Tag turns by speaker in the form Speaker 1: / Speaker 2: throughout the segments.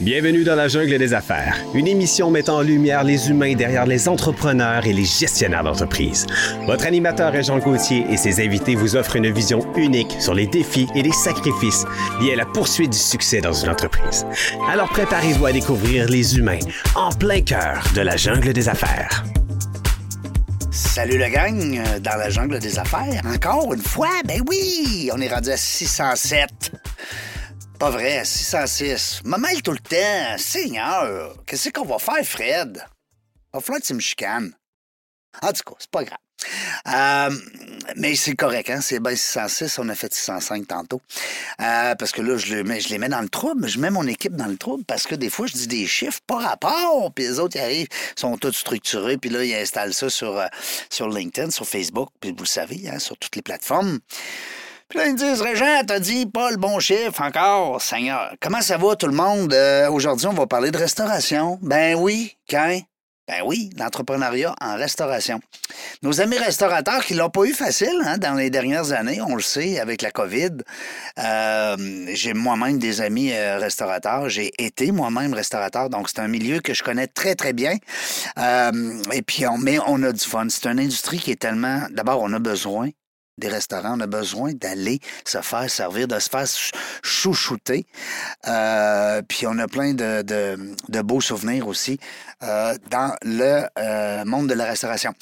Speaker 1: Bienvenue dans la jungle des affaires, une émission mettant en lumière les humains derrière les entrepreneurs et les gestionnaires d'entreprise. Votre animateur est Jean Gauthier et ses invités vous offrent une vision unique sur les défis et les sacrifices liés à la poursuite du succès dans une entreprise. Alors préparez-vous à découvrir les humains en plein cœur de la jungle des affaires.
Speaker 2: Salut le gang, euh, dans la jungle des affaires. Encore une fois, ben oui, on est rendu à 607. Pas vrai, 606. Me mêle tout le temps. Seigneur, qu'est-ce qu'on va faire, Fred? Va falloir que tu me chicanes. En tout cas, c'est pas grave. Euh, mais c'est correct, hein? C'est bien 606, on a fait 605 tantôt. Euh, parce que là, je, le mets, je les mets dans le trouble, je mets mon équipe dans le trouble parce que des fois, je dis des chiffres pas rapport, puis les autres, ils arrivent, sont tous structurés, puis là, ils installent ça sur, euh, sur LinkedIn, sur Facebook, puis vous le savez, hein, sur toutes les plateformes. Puis là, ils me disent, Régent, t'as dit pas le bon chiffre encore, Seigneur. Comment ça va, tout le monde? Euh, Aujourd'hui, on va parler de restauration. Ben oui, quand? Ben oui, l'entrepreneuriat en restauration. Nos amis restaurateurs qui l'ont pas eu facile hein, dans les dernières années, on le sait, avec la COVID. Euh, j'ai moi-même des amis euh, restaurateurs. J'ai été moi-même restaurateur, donc c'est un milieu que je connais très, très bien. Euh, et puis, on, mais on a du fun. C'est une industrie qui est tellement... D'abord, on a besoin des restaurants, on a besoin d'aller se faire servir, de se faire chou- chouchouter. Euh, puis on a plein de, de- de beaux souvenirs aussi euh, dans le euh, monde de la restauration.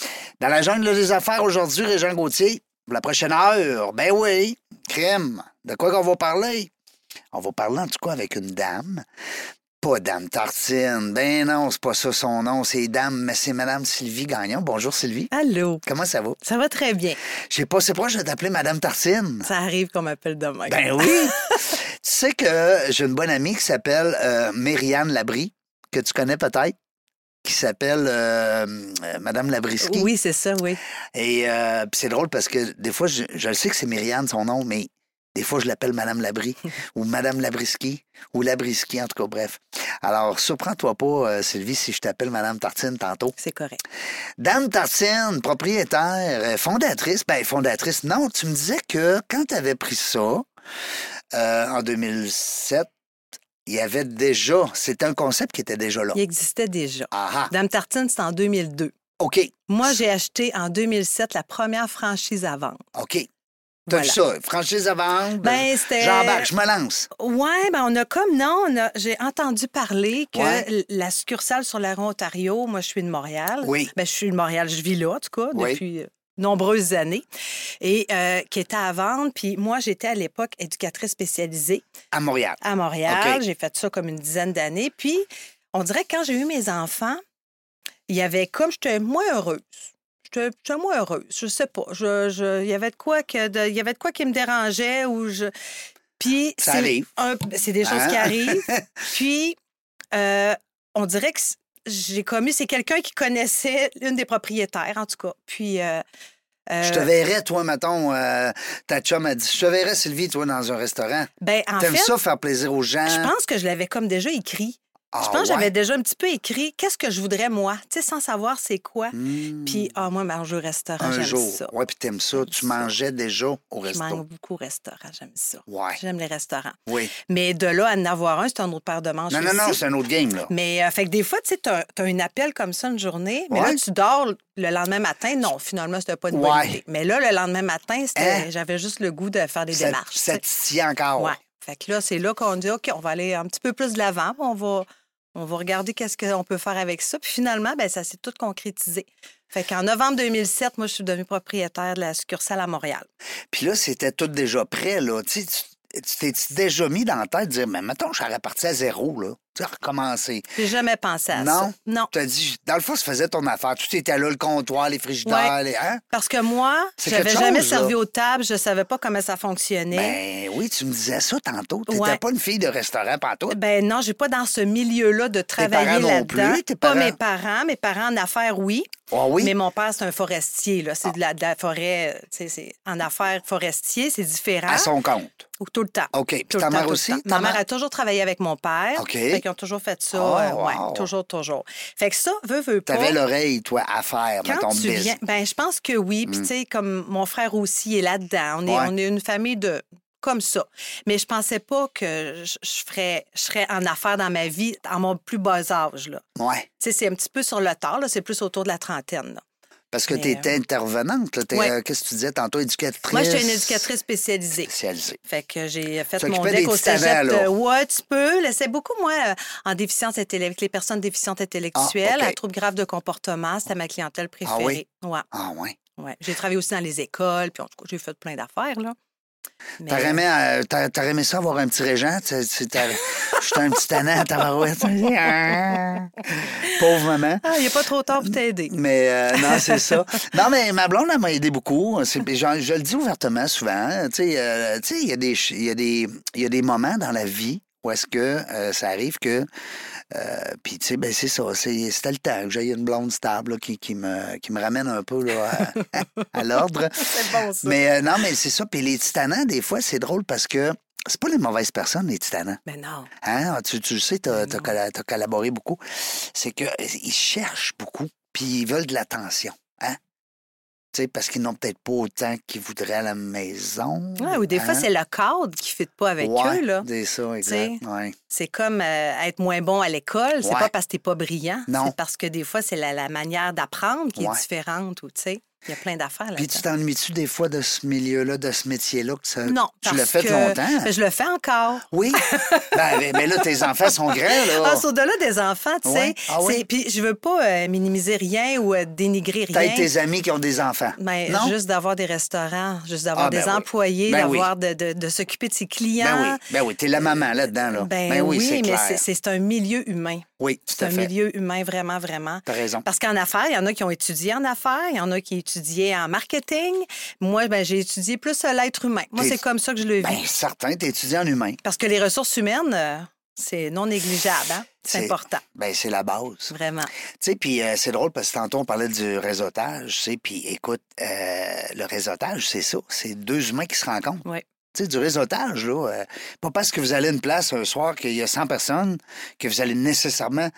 Speaker 2: Dans la jungle des affaires aujourd'hui, Régent Gauthier, pour la prochaine heure, ben oui, crème, de quoi qu'on va parler? On va parler en tout cas avec une dame. Pas Dame Tartine. Ben non, c'est pas ça son nom, c'est Dame, mais c'est Madame Sylvie Gagnon. Bonjour Sylvie.
Speaker 3: Allô?
Speaker 2: Comment ça va?
Speaker 3: Ça va très bien.
Speaker 2: Je sais pas, c'est proche de t'appeler Madame Tartine.
Speaker 3: Ça arrive qu'on m'appelle demain.
Speaker 2: Ben oui. tu sais que j'ai une bonne amie qui s'appelle euh, Myriane Labrie, que tu connais peut-être, qui s'appelle euh, euh, Madame Labriski.
Speaker 3: oui, c'est ça, oui.
Speaker 2: Et euh, pis c'est drôle parce que des fois, je, je le sais que c'est Myriane son nom, mais des fois, je l'appelle Madame Labrie ou Madame Labriski ou Labriski, en tout cas, bref. Alors, surprends-toi pas, euh, Sylvie, si je t'appelle Madame Tartine tantôt.
Speaker 3: C'est correct.
Speaker 2: Dame Tartine, propriétaire, euh, fondatrice, ben fondatrice, non, tu me disais que quand tu avais pris ça, euh, en 2007, il y avait déjà, c'était un concept qui était déjà là.
Speaker 3: Il existait déjà.
Speaker 2: Ah ah,
Speaker 3: Dame Tartine, c'est en 2002.
Speaker 2: OK,
Speaker 3: Moi, j'ai acheté en 2007 la première franchise à vendre.
Speaker 2: OK. T'as vu ça, franchise à vendre,
Speaker 3: Ben, c'était...
Speaker 2: j'embarque, je me lance.
Speaker 3: Ouais, ben on a comme non, on a- j'ai entendu parler que
Speaker 2: Ouais.
Speaker 3: l- la succursale sur la rue Ontario, moi je suis de Montréal.
Speaker 2: Oui.
Speaker 3: Ben, je suis de Montréal, je vis là en tout cas
Speaker 2: Oui.
Speaker 3: depuis euh, nombreuses années et euh, qui était à vendre. Puis moi j'étais à l'époque éducatrice spécialisée
Speaker 2: À Montréal.
Speaker 3: à Montréal.
Speaker 2: OK.
Speaker 3: J'ai fait ça comme une dizaine d'années. Puis, on dirait que quand j'ai eu mes enfants, il y avait comme j'étais moins heureuse. J'étais j'étais moins heureuse. Je sais pas. Je, je- il y avait de quoi que de- il y avait de quoi qui me dérangeait ou je. Puis
Speaker 2: Ça
Speaker 3: c'est
Speaker 2: arrive.
Speaker 3: un- c'est des choses
Speaker 2: Hein?
Speaker 3: qui arrivent. Puis euh, on dirait que c- j'ai commis c'est quelqu'un qui connaissait l'une des propriétaires en tout cas. Puis euh, euh,
Speaker 2: Je te verrais, toi, mettons, euh, ta chum a dit, je te verrais, Sylvie, toi, dans un restaurant.
Speaker 3: ben en
Speaker 2: T'aimes
Speaker 3: fait,
Speaker 2: ça, hein? faire plaisir aux gens?
Speaker 3: je pense que je l'avais comme déjà écrit.
Speaker 2: Ah,
Speaker 3: Je pense que j'avais
Speaker 2: ouais?
Speaker 3: déjà un petit peu écrit qu'est-ce que je voudrais moi, tu sais, sans savoir c'est quoi.
Speaker 2: Hmm.
Speaker 3: Puis, ah, moi, manger au restaurant,
Speaker 2: un
Speaker 3: j'aime
Speaker 2: jour.
Speaker 3: ça.
Speaker 2: Ouais, puis t'aimes ça.
Speaker 3: J'aime
Speaker 2: Tu
Speaker 3: ça.
Speaker 2: mangeais déjà au
Speaker 3: Je
Speaker 2: resto.
Speaker 3: mange beaucoup au restaurant, j'aime ça.
Speaker 2: Ouais.
Speaker 3: J'aime les restaurants.
Speaker 2: Oui.
Speaker 3: Mais de là à en avoir un, c'est un autre paire de manches.
Speaker 2: Non, non, non,
Speaker 3: aussi.
Speaker 2: c'est un autre game, là.
Speaker 3: Mais, euh, fait que des fois, tu sais, t'as as un appel comme ça une journée, mais
Speaker 2: Ouais.
Speaker 3: là, tu dors le lendemain matin. Non, finalement, c'était pas une
Speaker 2: Ouais.
Speaker 3: bonne idée. Mais là, le lendemain matin, c'était-
Speaker 2: Hein?
Speaker 3: j'avais juste le goût de faire des
Speaker 2: Ça,
Speaker 3: démarches.
Speaker 2: ça
Speaker 3: tu sais.
Speaker 2: titille encore.
Speaker 3: Ouais. Fait que là, c'est là qu'on dit, OK, on va aller un petit peu plus de l'avant, puis on va, on va regarder qu'est-ce qu'on peut faire avec ça. Puis finalement, ben, ça s'est tout concrétisé. Fait qu'en novembre 2007, moi, je suis devenue propriétaire de la succursale à Montréal.
Speaker 2: Puis là, c'était tout déjà prêt, là. Tu sais, tu- tu t'es déjà mis dans la tête de dire, mais mettons, je serais parti à zéro, là. Tu sais, recommencer.
Speaker 3: J'ai jamais pensé à ça.
Speaker 2: Non?
Speaker 3: Non.
Speaker 2: Tu as dit, dans le fond, tu faisais ton affaire. Tout était là, le comptoir, les frigidaires, les. Hein?
Speaker 3: Parce que moi,
Speaker 2: C'est
Speaker 3: j'avais
Speaker 2: quelque
Speaker 3: jamais
Speaker 2: chose, là.
Speaker 3: servi aux tables, je savais pas comment ça fonctionnait.
Speaker 2: Ben oui, tu me disais ça tantôt. T'étais
Speaker 3: Ouais.
Speaker 2: pas une fille de restaurant pantoute.
Speaker 3: Ben, non, j'ai pas dans ce milieu-là de
Speaker 2: parents
Speaker 3: travailler
Speaker 2: non
Speaker 3: là-dedans.
Speaker 2: plus, tes
Speaker 3: Pas
Speaker 2: parents-
Speaker 3: mes parents, mes parents en affaires, oui.
Speaker 2: Ah oui? Ah.
Speaker 3: Mais mon père, c'est un forestier. Là. C'est de, la, de la forêt. euh, tu sais, c'est en affaires forestier, c'est différent.
Speaker 2: À son compte.
Speaker 3: Ou Tout le temps.
Speaker 2: OK. Puis
Speaker 3: Tout le
Speaker 2: ta
Speaker 3: temps,
Speaker 2: mère
Speaker 3: tout le
Speaker 2: aussi?
Speaker 3: temps.
Speaker 2: Ta
Speaker 3: Ma mère
Speaker 2: mère-
Speaker 3: a toujours travaillé avec mon père.
Speaker 2: OK.
Speaker 3: Fait qu'ils ont toujours fait ça.
Speaker 2: Oh,
Speaker 3: euh, ouais,
Speaker 2: wow.
Speaker 3: toujours, toujours. Fait que ça, veut, veut pas.
Speaker 2: T'avais l'oreille, toi, à faire,
Speaker 3: Quand
Speaker 2: mettons,
Speaker 3: tu
Speaker 2: business.
Speaker 3: viens, ben, je pense que oui. Puis, tu sais, comme mon frère aussi est là-dedans, on est,
Speaker 2: Hmm. Ouais.
Speaker 3: on est une famille de comme ça. Mais je pensais pas que je, je ferais, je serais en affaires dans ma vie, à mon plus bas âge. Là.
Speaker 2: Ouais.
Speaker 3: Tu sais, c'est un petit peu sur le tard, là, c'est plus autour de la trentaine. là.
Speaker 2: Parce que
Speaker 3: Mais, euh,
Speaker 2: tu étais intervenante. là. T'es,
Speaker 3: ouais.
Speaker 2: euh, qu'est-ce que tu disais tantôt? Éducatrice.
Speaker 3: Moi, j'étais une éducatrice spécialisée.
Speaker 2: Spécialisée.
Speaker 3: Fait que j'ai fait
Speaker 2: T'occupais
Speaker 3: mon
Speaker 2: des
Speaker 3: deck au
Speaker 2: petits
Speaker 3: cégep
Speaker 2: savants,
Speaker 3: de
Speaker 2: là.
Speaker 3: Ouais, tu peux. Là, C'est beaucoup, moi, euh, en déficience intellectuelle, avec les personnes déficientes intellectuelles,
Speaker 2: Ah,
Speaker 3: à
Speaker 2: OK.
Speaker 3: troubles graves de comportement, c'était ma clientèle préférée.
Speaker 2: Ah oui?
Speaker 3: Ouais,
Speaker 2: Ah, ouais.
Speaker 3: ouais. J'ai travaillé aussi dans les écoles, puis en tout cas, j'ai fait plein d'affaires, là. Mais-
Speaker 2: T'aurais aimé, euh, t'a- t'aurais aimé ça avoir un petit régent? Tu- tu- t'aurais- J'étais un petit tannant à tabarouette. Ah. Pauvre maman.
Speaker 3: Ah, il n'y a pas trop tard pour t'aider.
Speaker 2: Mais euh, non, c'est ça. Non, mais ma blonde, elle m'a aidé beaucoup. C'est- Je, je le dis ouvertement souvent. Tu sais, euh, tu sais, il y, a des ch- il y, a des- il y a des moments dans la vie où est-ce que euh, ça arrive que... euh, Puis, tu sais, ben, c'est ça. c'est- C'était le temps que j'ai une blonde stable là, qui, qui, me, qui me ramène un peu là, à, à l'ordre.
Speaker 3: C'est bon, ça.
Speaker 2: Mais euh, non, mais c'est ça. Puis les titanants, des fois, c'est drôle parce que c'est pas les mauvaises personnes, les titanants.
Speaker 3: Mais non.
Speaker 2: Hein? Tu, tu le sais, tu as,
Speaker 3: Ben Non.
Speaker 2: collaboré beaucoup. C'est qu'ils cherchent beaucoup, puis ils veulent de l'attention. Hein? Tu sais, parce qu'ils n'ont peut-être pas autant qu'ils voudraient à la maison.
Speaker 3: Ouais, ou des fois,
Speaker 2: hein?
Speaker 3: c'est le cadre qui ne fit pas avec
Speaker 2: Ouais,
Speaker 3: eux, là.
Speaker 2: C'est ça, exact. ouais.
Speaker 3: C'est comme euh, être moins bon à l'école. C'est
Speaker 2: Ouais.
Speaker 3: pas parce que t'es pas brillant.
Speaker 2: Non.
Speaker 3: C'est parce que des fois, c'est la, la manière d'apprendre qui
Speaker 2: Ouais.
Speaker 3: est différente ou, tu sais, il y a plein d'affaires
Speaker 2: Puis tu
Speaker 3: là-dedans.
Speaker 2: t'ennuies-tu des fois de ce milieu-là, de ce métier-là que ça-
Speaker 3: Non,
Speaker 2: tu l'as
Speaker 3: parce
Speaker 2: fait
Speaker 3: que-
Speaker 2: longtemps?
Speaker 3: Ben, je le fais encore.
Speaker 2: Oui. ben, mais- mais là, tes enfants sont grands, là.
Speaker 3: Ah, c'est au-delà des enfants, tu
Speaker 2: Oh.
Speaker 3: sais.
Speaker 2: Ouais. Ah oui?
Speaker 3: C'est- Puis je veux pas euh, minimiser rien ou euh, dénigrer rien. Ben,
Speaker 2: Peut-être tes amis qui ont des enfants.
Speaker 3: Mais
Speaker 2: non?
Speaker 3: juste d'avoir des restaurants, juste d'avoir
Speaker 2: Ah, ben
Speaker 3: des
Speaker 2: oui.
Speaker 3: employés,
Speaker 2: Ben oui.
Speaker 3: d'avoir de, de- de s'occuper de ses clients.
Speaker 2: Ben oui, ben oui, t'es la maman là-dedans, là.
Speaker 3: Ben
Speaker 2: oui,
Speaker 3: oui,
Speaker 2: c'est
Speaker 3: mais
Speaker 2: clair.
Speaker 3: c'est- c'est c'est un milieu humain.
Speaker 2: Oui, tout
Speaker 3: C'est
Speaker 2: à
Speaker 3: un
Speaker 2: fait.
Speaker 3: milieu humain, vraiment, vraiment.
Speaker 2: T'as raison.
Speaker 3: Parce qu'en affaires, il y en a qui ont étudié en affaires, il y en a qui étudiaient en marketing. Moi, ben, j'ai étudié plus euh, l'être humain. Moi,
Speaker 2: T'es-
Speaker 3: c'est comme ça que je le vis.
Speaker 2: Ben, certain, t'es étudiant en humain.
Speaker 3: Parce que les ressources humaines, euh, c'est non négligeable. hein? C'est
Speaker 2: C'est-
Speaker 3: important,
Speaker 2: Ben, c'est la base.
Speaker 3: vraiment.
Speaker 2: Tu sais, puis euh, c'est drôle parce que tantôt, on parlait du réseautage, tu sais, puis écoute, euh, le réseautage, c'est ça. C'est deux humains qui se rencontrent.
Speaker 3: Oui.
Speaker 2: Tu sais, du réseautage, là, euh, pas parce que vous allez à une place un soir qu'il y a 100 personnes que vous allez nécessairement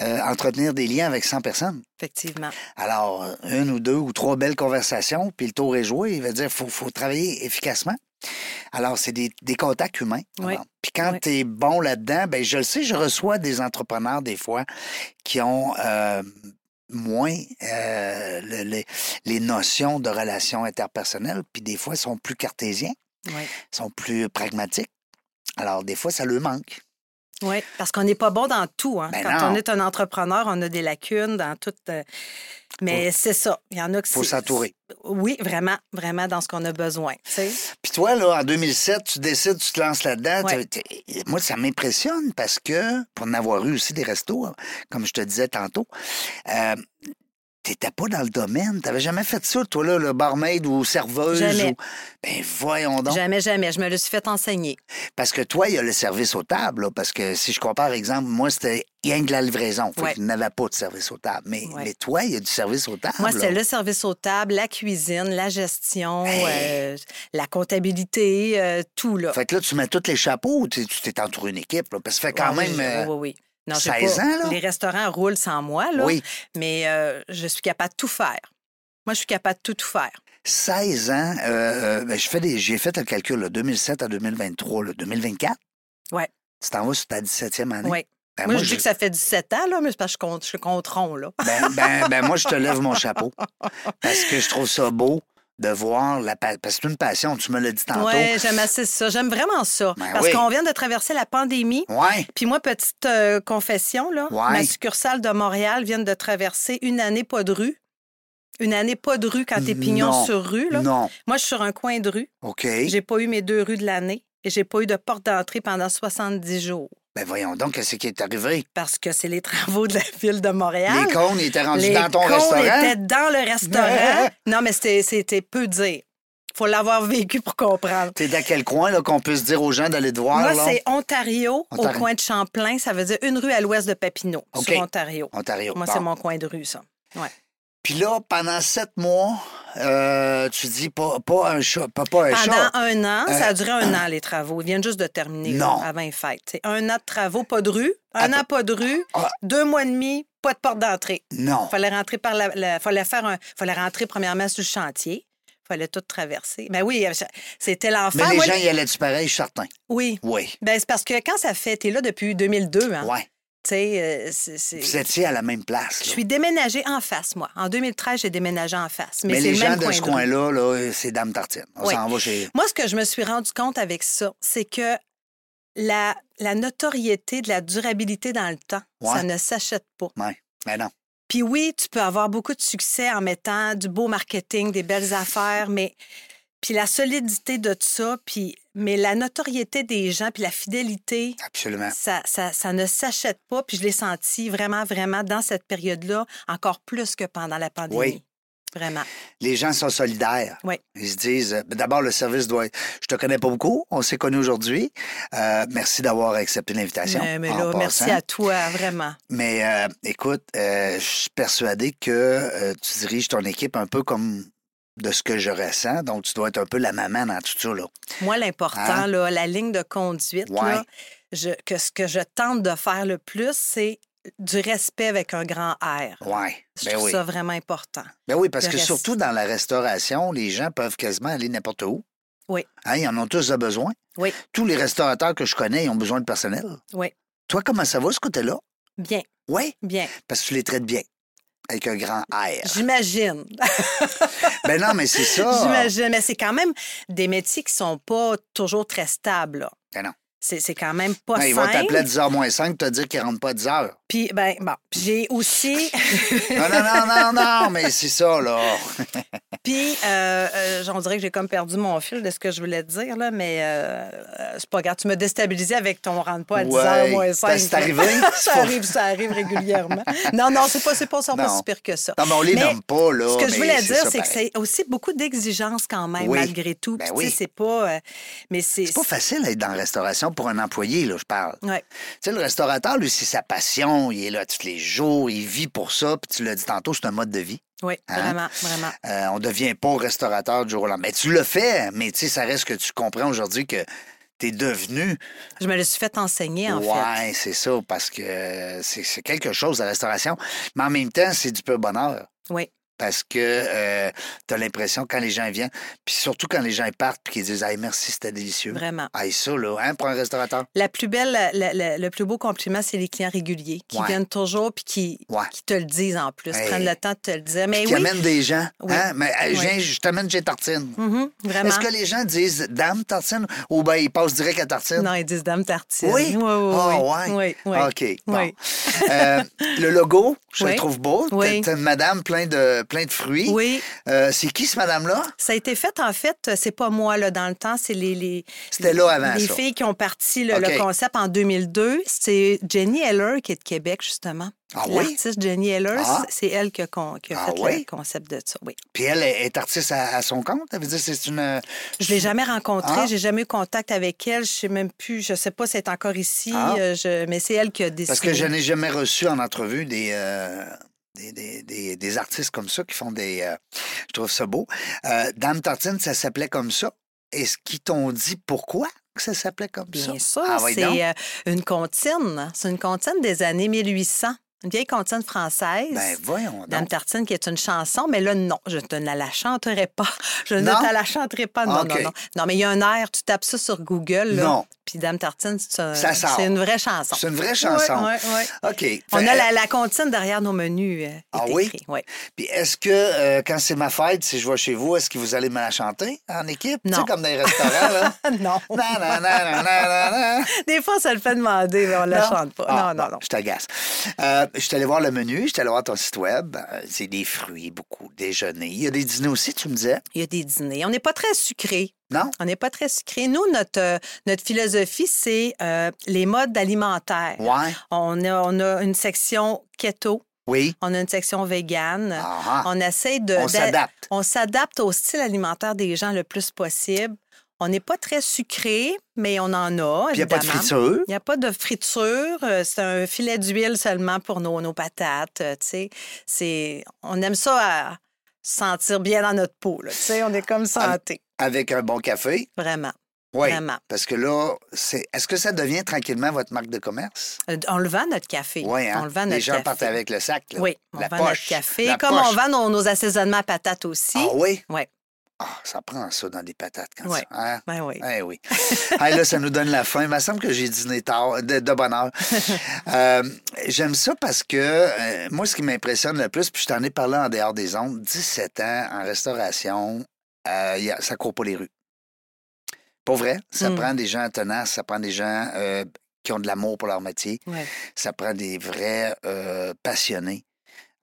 Speaker 2: euh, entretenir des liens avec 100 personnes.
Speaker 3: Effectivement.
Speaker 2: Alors, euh, une ou deux ou trois belles conversations, puis le tour est joué. Il veut dire faut, faut travailler efficacement. Alors, c'est des, des contacts humains.
Speaker 3: Oui.
Speaker 2: Alors, Puis quand
Speaker 3: Oui.
Speaker 2: tu es bon là-dedans, ben je le sais, je reçois des entrepreneurs des fois qui ont euh, moins euh, le- les, les notions de relations interpersonnelles, puis des fois, ils sont plus cartésiens,
Speaker 3: Oui.
Speaker 2: ils sont plus pragmatiques. Alors, des fois, ça leur manque.
Speaker 3: Oui, parce qu'on n'est pas bon dans tout. hein.
Speaker 2: Ben
Speaker 3: Quand
Speaker 2: non.
Speaker 3: on est un entrepreneur, on a des lacunes dans tout. euh, Mais c'est ça. Il y en a qui
Speaker 2: faut
Speaker 3: c'est-
Speaker 2: s'entourer.
Speaker 3: Oui, vraiment, vraiment dans ce qu'on a besoin. tu sais.
Speaker 2: Puis toi, là, en 2007, tu décides, tu te lances là-dedans.
Speaker 3: Ouais.
Speaker 2: T'as- t'as- Moi, ça m'impressionne parce que, pour en avoir eu aussi des restos, hein, comme je te disais tantôt, euh, t'étais pas dans le domaine. T'avais jamais fait ça, toi, là, le barmaid ou serveuse.
Speaker 3: Jamais.
Speaker 2: Ou... Ben, voyons donc.
Speaker 3: Jamais, jamais. Je me le suis fait enseigner.
Speaker 2: Parce que toi, il y a le service aux tables, là, parce que si je compare, exemple, moi, c'était rien que la livraison. Fait
Speaker 3: Ouais.
Speaker 2: qu'il n'avait pas de service aux tables. Mais,
Speaker 3: Ouais.
Speaker 2: mais toi, il y a du service aux tables.
Speaker 3: Moi,
Speaker 2: Ah, là.
Speaker 3: c'était le service aux tables, la cuisine, la gestion,
Speaker 2: Hey.
Speaker 3: euh, la comptabilité, euh, tout là.
Speaker 2: Fait que là, tu mets tous les chapeaux ou t'es- tu t'es entouré une équipe, là, parce que ça fait quand
Speaker 3: Ouais,
Speaker 2: même.
Speaker 3: oui,
Speaker 2: euh,
Speaker 3: Oui, oui. Non, j'ai
Speaker 2: 16
Speaker 3: pas-
Speaker 2: ans, là.
Speaker 3: Les restaurants roulent sans moi, là,
Speaker 2: oui.
Speaker 3: mais euh, je suis capable de tout faire. Moi, je suis capable de tout, tout faire.
Speaker 2: 16 ans, euh, euh, ben, je fais des, j'ai fait le calcul, là, 2007 à 2023, là, 2024.
Speaker 3: Ouais.
Speaker 2: Tu t'en vas sur ta 17e année.
Speaker 3: Ouais.
Speaker 2: Ben,
Speaker 3: moi,
Speaker 2: moi,
Speaker 3: je dis
Speaker 2: je-
Speaker 3: que ça fait 17 ans, là, mais c'est parce que je compte, je compte rond, là.
Speaker 2: ben, ben- ben, moi, je te lève mon chapeau parce que je trouve ça beau de voir la pa- parce que c'est une passion, tu me l'as dit tantôt.
Speaker 3: Oui, j'aime assez ça. J'aime vraiment ça.
Speaker 2: Ben
Speaker 3: parce
Speaker 2: oui.
Speaker 3: qu'on vient de traverser la pandémie.
Speaker 2: Ouais.
Speaker 3: Puis moi, petite euh, confession, là,
Speaker 2: Ouais.
Speaker 3: ma succursale de Montréal vient de traverser une année pas de rue. Une année pas de rue quand t'es pignon
Speaker 2: Non.
Speaker 3: sur rue. Là.
Speaker 2: Non.
Speaker 3: Moi, je suis sur un coin de rue.
Speaker 2: OK.
Speaker 3: J'ai pas eu mes deux rues de l'année et j'ai pas eu de porte d'entrée pendant 70 jours
Speaker 2: Ben voyons donc, qu'est-ce qui est arrivé?
Speaker 3: parce que c'est les travaux de la ville de Montréal.
Speaker 2: Les cônes ils étaient rendus
Speaker 3: Les
Speaker 2: dans ton
Speaker 3: cons
Speaker 2: restaurant.
Speaker 3: étaient dans le restaurant. non, mais c'était- c'était peu dire. Faut l'avoir vécu pour comprendre.
Speaker 2: T'es dans quel coin là, qu'on puisse dire aux gens d'aller te voir?
Speaker 3: Moi,
Speaker 2: là?
Speaker 3: c'est Ontario,
Speaker 2: Ontario.
Speaker 3: au coin de Champlain. Ça veut dire une rue à l'ouest de Papineau,
Speaker 2: OK.
Speaker 3: sur Ontario.
Speaker 2: Ontario.
Speaker 3: Moi,
Speaker 2: Bon.
Speaker 3: c'est mon coin de rue, ça. Ouais.
Speaker 2: Puis là, pendant sept mois, euh, tu dis pas, pas un chat. Pas, pas un
Speaker 3: Pendant
Speaker 2: chat.
Speaker 3: un an,
Speaker 2: Ben, Euh,
Speaker 3: ça a duré un an, les travaux. Ils viennent juste de terminer là,
Speaker 2: Non.
Speaker 3: avant les fêtes. C'est un an de travaux, pas de rue. Un
Speaker 2: Attends.
Speaker 3: an, pas de rue.
Speaker 2: Ah.
Speaker 3: Deux mois et demi, pas de porte d'entrée.
Speaker 2: Non.
Speaker 3: Fallait rentrer par la, la- fallait faire un, fallait rentrer premièrement sur le chantier. fallait tout traverser. Ben oui, c'était l'enfant.
Speaker 2: Mais les
Speaker 3: Moi,
Speaker 2: gens y allaient du pareil, je suis certain.
Speaker 3: Oui.
Speaker 2: Oui.
Speaker 3: Ben, c'est parce que quand ça fait, t'es là depuis 2002, hein.
Speaker 2: Ouais.
Speaker 3: Tu sais, euh, c'est- c'est-
Speaker 2: Vous étiez à la même place. là.
Speaker 3: Je suis déménagée en face, moi. En 2013, j'ai déménagé en face. Mais,
Speaker 2: Mais,
Speaker 3: c'est
Speaker 2: les
Speaker 3: le même
Speaker 2: gens de ce
Speaker 3: coin de rue.
Speaker 2: coin-là, là, c'est Dame Tartine. On
Speaker 3: Oui.
Speaker 2: s'en va chez.
Speaker 3: Moi, ce que je me suis rendu compte avec ça, c'est que la, la notoriété de la durabilité dans le temps,
Speaker 2: Ouais.
Speaker 3: ça ne s'achète pas.
Speaker 2: Mais non.
Speaker 3: Puis oui, tu peux avoir beaucoup de succès en mettant du beau marketing, des belles affaires, mais puis la solidité de ça, puis mais la notoriété des gens, puis la fidélité,
Speaker 2: Absolument.
Speaker 3: ça, ça, ça ne s'achète pas. Puis je l'ai senti vraiment, vraiment dans cette période-là, encore plus que pendant la pandémie.
Speaker 2: Oui.
Speaker 3: Vraiment.
Speaker 2: Les gens sont solidaires.
Speaker 3: Oui.
Speaker 2: Ils se disent, euh, d'abord, le service doit être... Je te connais pas beaucoup, on s'est connus aujourd'hui. Euh, merci d'avoir accepté l'invitation.
Speaker 3: Mais, mais
Speaker 2: Ah, en
Speaker 3: là, merci
Speaker 2: passant.
Speaker 3: à toi, vraiment.
Speaker 2: Mais euh, écoute, euh, je suis persuadé que euh, tu diriges ton équipe un peu comme de ce que je ressens. Donc, tu dois être un peu la maman dans tout ça. Là.
Speaker 3: Moi, l'important,
Speaker 2: Hein?
Speaker 3: là, la ligne de conduite,
Speaker 2: Ouais.
Speaker 3: là, je- que ce que je tente de faire le plus, c'est du respect avec un grand R.
Speaker 2: Ouais.
Speaker 3: Je
Speaker 2: Ben
Speaker 3: trouve
Speaker 2: oui.
Speaker 3: ça vraiment important.
Speaker 2: Ben oui, parce
Speaker 3: le
Speaker 2: que
Speaker 3: reste.
Speaker 2: surtout dans la restauration, les gens peuvent quasiment aller n'importe où.
Speaker 3: Oui.
Speaker 2: Hein, ils en ont tous besoin.
Speaker 3: Oui.
Speaker 2: Tous les restaurateurs que je connais, ils ont besoin de personnel.
Speaker 3: Oui.
Speaker 2: Toi, comment ça va, ce côté-là?
Speaker 3: Bien,
Speaker 2: Oui,
Speaker 3: bien.
Speaker 2: parce que tu les traites bien. Avec un grand R.
Speaker 3: J'imagine.
Speaker 2: ben non, mais c'est ça.
Speaker 3: J'imagine. Mais c'est quand même des métiers qui sont pas toujours très stables. là.
Speaker 2: Ben non.
Speaker 3: C'est c'est quand même pas
Speaker 2: Non, il va
Speaker 3: simple.
Speaker 2: Hein, t'appeler à 10h moins 5 te dire qu'il ne rentre pas à 10h.
Speaker 3: Puis, ben, bon, j'ai aussi.
Speaker 2: Non, non, non, non, non, mais c'est ça, là.
Speaker 3: Puis, euh, euh, j'en dirais que j'ai comme perdu mon fil de ce que je voulais te dire, là, mais euh, euh, c'est pas grave. Tu me déstabilisais avec ton rentre pas à 10 h
Speaker 2: Ouais.
Speaker 3: moins
Speaker 2: Ben,
Speaker 3: 5.
Speaker 2: c'est arrivé, c'est
Speaker 3: ça
Speaker 2: pas-
Speaker 3: arrive, ça arrive régulièrement. non, non, c'est pas, c'est pas, c'est pas
Speaker 2: Non.
Speaker 3: si pire que ça.
Speaker 2: Non, mais on les
Speaker 3: Mais
Speaker 2: nomme pas, là.
Speaker 3: Ce que
Speaker 2: mais
Speaker 3: je voulais
Speaker 2: c'est
Speaker 3: dire,
Speaker 2: ça,
Speaker 3: c'est que
Speaker 2: pareil.
Speaker 3: c'est aussi beaucoup d'exigences quand même,
Speaker 2: Oui.
Speaker 3: malgré tout.
Speaker 2: Ben
Speaker 3: Puis,
Speaker 2: oui.
Speaker 3: tu sais, c'est pas. euh, mais c'est.
Speaker 2: C'est pas facile d'être dans la restauration pour un employé, là, je parle.
Speaker 3: Ouais.
Speaker 2: Tu sais, le restaurateur, lui, c'est sa passion. Il est là tous les jours, il vit pour ça. Puis tu l'as dit tantôt, c'est un mode de vie.
Speaker 3: Oui,
Speaker 2: Hein?
Speaker 3: vraiment, vraiment.
Speaker 2: Euh, on devient pas restaurateur du jour au lendemain. Mais tu le fais, mais tu sais, ça reste que tu comprends aujourd'hui que t'es devenu.
Speaker 3: Je me le suis fait enseigner, en fait.
Speaker 2: ouais, c'est ça, parce que euh, c'est c'est quelque chose, la restauration. Mais en même temps, c'est du pur bonheur.
Speaker 3: Oui.
Speaker 2: Parce que euh, t'as l'impression quand les gens viennent, puis surtout quand les gens ils partent, puis qu'ils disent Hey, merci, c'était délicieux.
Speaker 3: Vraiment.
Speaker 2: Hey, ça, là, hein, pour un restaurateur.
Speaker 3: La plus belle, la- la- le plus beau compliment, c'est les clients réguliers qui
Speaker 2: Ouais.
Speaker 3: viennent toujours puis qui,
Speaker 2: Ouais.
Speaker 3: qui te le disent en plus,
Speaker 2: Hey.
Speaker 3: prennent le temps de te le dire. Mais
Speaker 2: qui
Speaker 3: oui,
Speaker 2: amène des gens.
Speaker 3: Oui.
Speaker 2: Hein? Mais hey,
Speaker 3: Oui.
Speaker 2: viens, je t'amène chez Tartine.
Speaker 3: mhm, vraiment.
Speaker 2: Est-ce que les gens disent Dame Tartine ou bien ils passent direct à Tartine?
Speaker 3: Non, ils disent Dame Tartine.
Speaker 2: Oui?
Speaker 3: oui, oui.
Speaker 2: Ah,
Speaker 3: oui.
Speaker 2: ouais.
Speaker 3: Oui, oui.
Speaker 2: OK. bon.
Speaker 3: Oui.
Speaker 2: Euh, le logo, je
Speaker 3: Oui.
Speaker 2: le trouve beau. T'as-
Speaker 3: Oui.
Speaker 2: T'as une madame plein de, plein de fruits.
Speaker 3: Oui,
Speaker 2: Euh, c'est qui, ce madame-là?
Speaker 3: ça a été fait en fait, c'est pas moi là dans le temps, c'est les, les
Speaker 2: C'était là avant,
Speaker 3: les
Speaker 2: ça.
Speaker 3: filles qui ont parti le, le
Speaker 2: OK.
Speaker 3: concept en 2002, c'est Jenny Heller qui est de Québec justement.
Speaker 2: Ah oui?
Speaker 3: L'artiste Jenny Heller,
Speaker 2: Ah.
Speaker 3: c'est c'est elle qui a, con- qui a
Speaker 2: Ah
Speaker 3: fait
Speaker 2: oui?
Speaker 3: le concept de ça. Oui.
Speaker 2: Puis elle est, est artiste à, à son compte? Ça veut dire c'est une. euh,
Speaker 3: Je l'ai jamais rencontrée,
Speaker 2: Ah.
Speaker 3: j'ai jamais eu contact avec elle, je sais même plus, je sais pas si elle est encore ici,
Speaker 2: Ah.
Speaker 3: euh, je- mais c'est elle qui a décidé.
Speaker 2: Parce que je n'ai jamais reçu en entrevue des, euh, des, des, des- des artistes comme ça qui font des. euh, je trouve ça beau. Euh, Dame Tartine, ça s'appelait comme ça. Est-ce qu'ils t'ont dit pourquoi que ça s'appelait comme ça?
Speaker 3: Bien sûr,
Speaker 2: Ah, oui, donc.
Speaker 3: c'est euh, une comptine, hein. c'est une comptine des années 1800, une vieille comptine française.
Speaker 2: Ben voyons donc.
Speaker 3: Dame Tartine, qui est une chanson, mais là, non, je ne la chanterai pas. Je ne
Speaker 2: Non?
Speaker 3: te la chanterai pas. Non,
Speaker 2: OK.
Speaker 3: non, non. Non, mais il y a un air, tu tapes ça sur Google. là,
Speaker 2: Non.
Speaker 3: Puis Dame Tartine, c'est un-
Speaker 2: Ça sort.
Speaker 3: c'est une vraie chanson.
Speaker 2: C'est une vraie chanson.
Speaker 3: Ouais, ouais, ouais.
Speaker 2: OK. Fait-
Speaker 3: On a la, la comptine derrière nos menus. euh, est
Speaker 2: Ah oui?
Speaker 3: écrit, ouais.
Speaker 2: Puis est-ce que euh, quand c'est ma fête, si je vais chez vous, est-ce que vous allez me la chanter en équipe? Tu sais,
Speaker 3: Non.
Speaker 2: comme dans les restaurants, là.
Speaker 3: non.
Speaker 2: Nan, nan, nan, nan, nan, nan.
Speaker 3: Des fois, ça le fait demander, mais on ne la
Speaker 2: Non?
Speaker 3: chante pas.
Speaker 2: Ah, bon,
Speaker 3: non, non, non.
Speaker 2: Je t'agace. Euh, je suis allé voir le menu, je suis allé voir ton site web. Euh, C'est des fruits, beaucoup, déjeuner. Il y a des dîners aussi, tu me disais?
Speaker 3: Il y a des dîners. On n'est pas très sucré.
Speaker 2: Non?
Speaker 3: On n'est pas très sucré. Nous, notre, euh, notre philosophie, c'est euh, les modes alimentaires.
Speaker 2: Ouais.
Speaker 3: On, a, on a une section keto,
Speaker 2: Oui.
Speaker 3: on a une section végane.
Speaker 2: Ah, ah.
Speaker 3: On essaie de.
Speaker 2: On
Speaker 3: d'a-
Speaker 2: s'adapte.
Speaker 3: On s'adapte au style alimentaire des gens le plus possible. On n'est pas très sucré, mais on en a.
Speaker 2: Puis il n'y a pas de
Speaker 3: évidemment.
Speaker 2: friture.
Speaker 3: Il n'y a pas de friture, euh, c'est un filet d'huile seulement pour nos, nos patates, euh, tu sais. C'est- On aime ça à sentir bien dans notre peau, là, tu sais. On est comme santé,
Speaker 2: Avec un bon café.
Speaker 3: vraiment,
Speaker 2: Oui.
Speaker 3: vraiment.
Speaker 2: Parce que là, c'est. Est-ce que ça devient tranquillement votre marque de commerce?
Speaker 3: Euh, On le vend, notre café.
Speaker 2: Oui, hein?
Speaker 3: On le vend,
Speaker 2: Les
Speaker 3: notre
Speaker 2: gens
Speaker 3: café.
Speaker 2: partent avec le sac, là.
Speaker 3: Oui, on
Speaker 2: La
Speaker 3: vend
Speaker 2: poche.
Speaker 3: notre café,
Speaker 2: La
Speaker 3: comme on
Speaker 2: poche.
Speaker 3: vend nos, nos assaisonnements à patates aussi.
Speaker 2: Ah oui?
Speaker 3: Ouais.
Speaker 2: Ah, ça prend ça dans des patates quand
Speaker 3: Ouais.
Speaker 2: ça. hein?
Speaker 3: Ben oui.
Speaker 2: Eh oui. Ah, là, ça nous donne la faim. Il me semble que j'ai dîné tard, de, de bonne heure. Euh, J'aime ça parce que euh, moi, ce qui m'impressionne le plus, puis je t'en ai parlé en dehors des ondes, 17 ans en restauration, euh, y a- ça court pas les rues. Pour vrai, ça
Speaker 3: Mm.
Speaker 2: prend des gens tenaces, ça prend des gens euh, qui ont de l'amour pour leur métier,
Speaker 3: Ouais.
Speaker 2: ça prend des vrais euh, passionnés.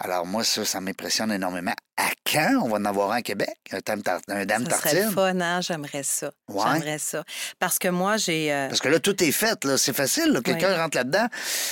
Speaker 2: Alors moi, ça, ça m'impressionne énormément. À quand on va en avoir un à Québec? Un, dame tar- un dame
Speaker 3: Ça serait le
Speaker 2: tartine?
Speaker 3: fun, hein? J'aimerais ça.
Speaker 2: Ouais.
Speaker 3: J'aimerais ça. Parce que moi, j'ai. euh,
Speaker 2: Parce que là, tout est fait, là. C'est facile, là. Quelqu'un
Speaker 3: Oui.
Speaker 2: rentre là-dedans.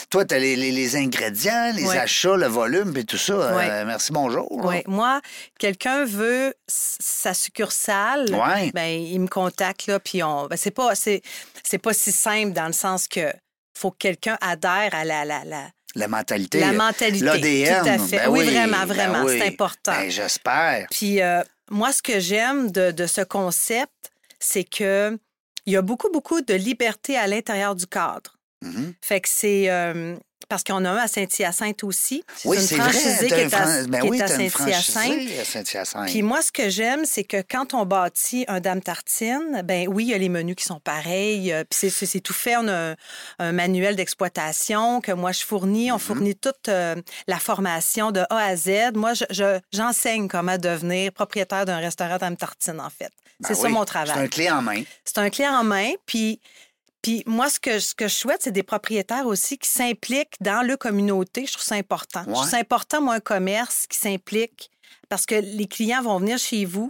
Speaker 2: Toi, t'as les, les, les ingrédients, les
Speaker 3: Oui.
Speaker 2: achats, le volume, puis tout ça. Euh,
Speaker 3: Oui.
Speaker 2: merci, bonjour. là.
Speaker 3: ouais, Moi, quelqu'un veut s- sa succursale.
Speaker 2: Ouais.
Speaker 3: Ben, il me contacte, là, puis on. Ben, c'est pas, c'est, c'est pas si simple dans le sens que faut que quelqu'un adhère à la, la, la,
Speaker 2: La mentalité.
Speaker 3: la
Speaker 2: euh,
Speaker 3: mentalité.
Speaker 2: L'ADN.
Speaker 3: Tout à fait.
Speaker 2: ben
Speaker 3: oui,
Speaker 2: oui,
Speaker 3: vraiment,
Speaker 2: ben
Speaker 3: vraiment.
Speaker 2: oui.
Speaker 3: C'est important.
Speaker 2: Ben, j'espère.
Speaker 3: Puis euh, moi, ce que j'aime de, de ce concept, c'est que il y a beaucoup, beaucoup de liberté à l'intérieur du cadre.
Speaker 2: Mhm.
Speaker 3: Fait que c'est euh, parce qu'on a un à Saint-Hyacinthe aussi.
Speaker 2: Oui,
Speaker 3: une
Speaker 2: c'est vrai.
Speaker 3: franchisée
Speaker 2: t'as
Speaker 3: qui
Speaker 2: un
Speaker 3: est à,
Speaker 2: fran- ben
Speaker 3: qui
Speaker 2: oui,
Speaker 3: est à
Speaker 2: t'as une
Speaker 3: Saint-Hyacinthe.
Speaker 2: franchisée à Saint-Hyacinthe.
Speaker 3: Puis moi, ce que j'aime, c'est que quand on bâtit un Dame Tartine, ben oui, il y a les menus qui sont pareils. euh, Puis c'est- c'est c'est tout fait. On a un, un manuel d'exploitation que moi, je fournis. On
Speaker 2: Mm-hmm.
Speaker 3: fournit toute euh, la formation de A à Z. Moi, je- je- j'enseigne comment devenir propriétaire d'un restaurant Dame Tartine, en fait.
Speaker 2: Ben
Speaker 3: c'est ça
Speaker 2: oui,
Speaker 3: mon
Speaker 2: C'est un
Speaker 3: travail.
Speaker 2: clé en main.
Speaker 3: C'est un clé en main. Puis. Puis moi, ce que, ce que je souhaite, c'est des propriétaires aussi qui s'impliquent dans le communauté. Je trouve ça important. Je trouve
Speaker 2: Ouais.
Speaker 3: ça important, moi, un commerce qui s'implique parce que les clients vont venir chez vous.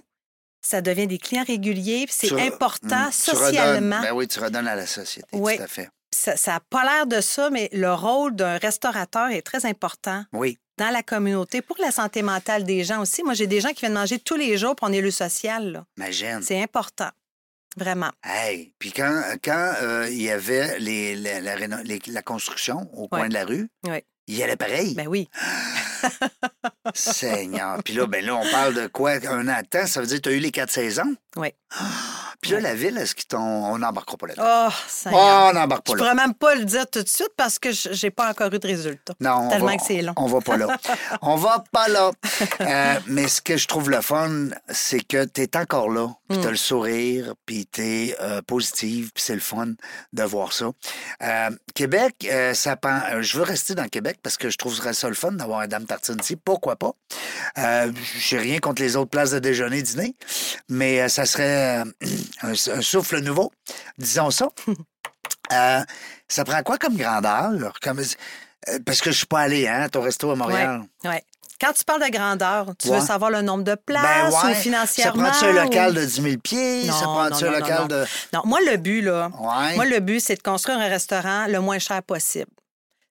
Speaker 3: Ça devient des clients réguliers. puis
Speaker 2: Tu
Speaker 3: C'est
Speaker 2: re-
Speaker 3: important
Speaker 2: Mm, tu
Speaker 3: socialement.
Speaker 2: redonnes- ben oui, tu redonnes à la société,
Speaker 3: Oui.
Speaker 2: tout à fait.
Speaker 3: Ça n'a pas l'air de ça, mais le rôle d'un restaurateur est très important
Speaker 2: Oui.
Speaker 3: dans la communauté pour la santé mentale des gens aussi. Moi, j'ai des gens qui viennent manger tous les jours pour on est le social. là.
Speaker 2: Imagine.
Speaker 3: C'est important. Vraiment.
Speaker 2: Hey, puis quand quand euh, il y avait les, la, la réno- les- la construction au coin de la rue,
Speaker 3: Ouais.
Speaker 2: il y allait pareil.
Speaker 3: Ben oui.
Speaker 2: Seigneur. Puis là, ben là, on parle de quoi? Un an de temps, ça veut dire que tu as eu les quatre saisons? Ah!
Speaker 3: Oui.
Speaker 2: Puis là, la ville, est-ce qu'ils t'ont... On n'embarquera pas là-dedans.
Speaker 3: Oh,
Speaker 2: Oh,
Speaker 3: Seigneur.
Speaker 2: on n'embarque pas
Speaker 3: Je ne
Speaker 2: là.
Speaker 3: pourrais même pas le dire tout de suite parce que je- j'ai pas encore eu de résultat.
Speaker 2: Non, on
Speaker 3: Tellement
Speaker 2: va,
Speaker 3: que c'est long.
Speaker 2: on va pas là. On va pas là. Euh, mais ce que je trouve le fun, c'est que tu es encore là, puis
Speaker 3: Hmm.
Speaker 2: tu le sourire, puis tu es positive, puis c'est le fun de voir ça. Euh, Québec, euh, ça pen- euh, je veux rester dans Québec parce que je trouverais ça le fun d'avoir un Dame Tartine ici. Pourquoi pas? Euh, J'ai rien contre les autres places de déjeuner dîner, mais euh, ça serait euh, un, un souffle nouveau, disons ça. Euh, ça prend quoi comme grandeur? Comme... euh, Parce que je suis pas allé, hein, à ton resto à Montréal.
Speaker 3: Ouais, ouais. Quand tu parles de grandeur, tu
Speaker 2: Ouais.
Speaker 3: veux savoir le nombre de
Speaker 2: Ben
Speaker 3: places
Speaker 2: ouais.
Speaker 3: ou
Speaker 2: Ça
Speaker 3: financièrement?
Speaker 2: prend-tu un
Speaker 3: ou-
Speaker 2: local de 10 000 pieds?
Speaker 3: Non,
Speaker 2: ça prend-tu
Speaker 3: non,
Speaker 2: un
Speaker 3: non,
Speaker 2: local
Speaker 3: non,
Speaker 2: de.
Speaker 3: Non, moi, le but, là,
Speaker 2: Ouais.
Speaker 3: moi, le but, c'est de construire un restaurant le moins cher possible.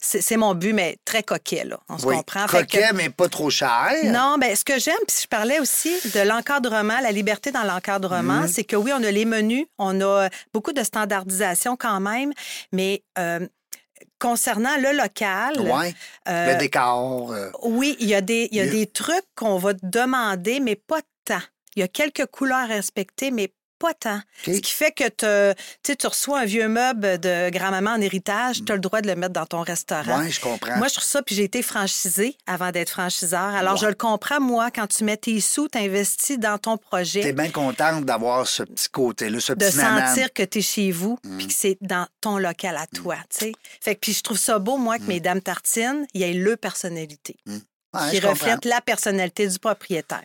Speaker 3: C'est c'est mon but, mais très coquet, là. On se
Speaker 2: oui.
Speaker 3: comprend. Fait que-
Speaker 2: Coquet, mais pas trop cher.
Speaker 3: Non, ben ce que j'aime, puis je parlais aussi de l'encadrement, la liberté dans l'encadrement,
Speaker 2: Mhm.
Speaker 3: c'est que oui, on a les menus, on a beaucoup de standardisation quand même, mais euh, concernant le local,
Speaker 2: Ouais.
Speaker 3: euh,
Speaker 2: Le décor. euh,
Speaker 3: oui, il y a des, il y a
Speaker 2: Il y a-
Speaker 3: des trucs qu'on va te demander, mais pas tant. Il y a quelques couleurs à respecter, mais pas tant.
Speaker 2: OK.
Speaker 3: Ce qui fait que te- tu sais, tu reçois un vieux meuble de grand-maman en héritage, tu as le droit de le mettre dans ton restaurant.
Speaker 2: ouais, hein. je comprends.
Speaker 3: Moi, je trouve ça, puis j'ai été franchisée avant d'être franchiseur. Alors,
Speaker 2: Ouais.
Speaker 3: je le comprends, moi, quand tu mets tes sous, tu investis dans ton
Speaker 2: T'es
Speaker 3: projet,
Speaker 2: bien contente d'avoir ce petit côté-là, ce
Speaker 3: de
Speaker 2: petit Mm. nanan.
Speaker 3: sentir que tu es chez vous, puis que c'est dans ton local à toi,
Speaker 2: Mm.
Speaker 3: tu sais. Fait que, puis je trouve ça beau, moi, que mes dames tartines, il y ait le personnalité
Speaker 2: Ouais,
Speaker 3: qui
Speaker 2: je comprends.
Speaker 3: reflète la personnalité du propriétaire.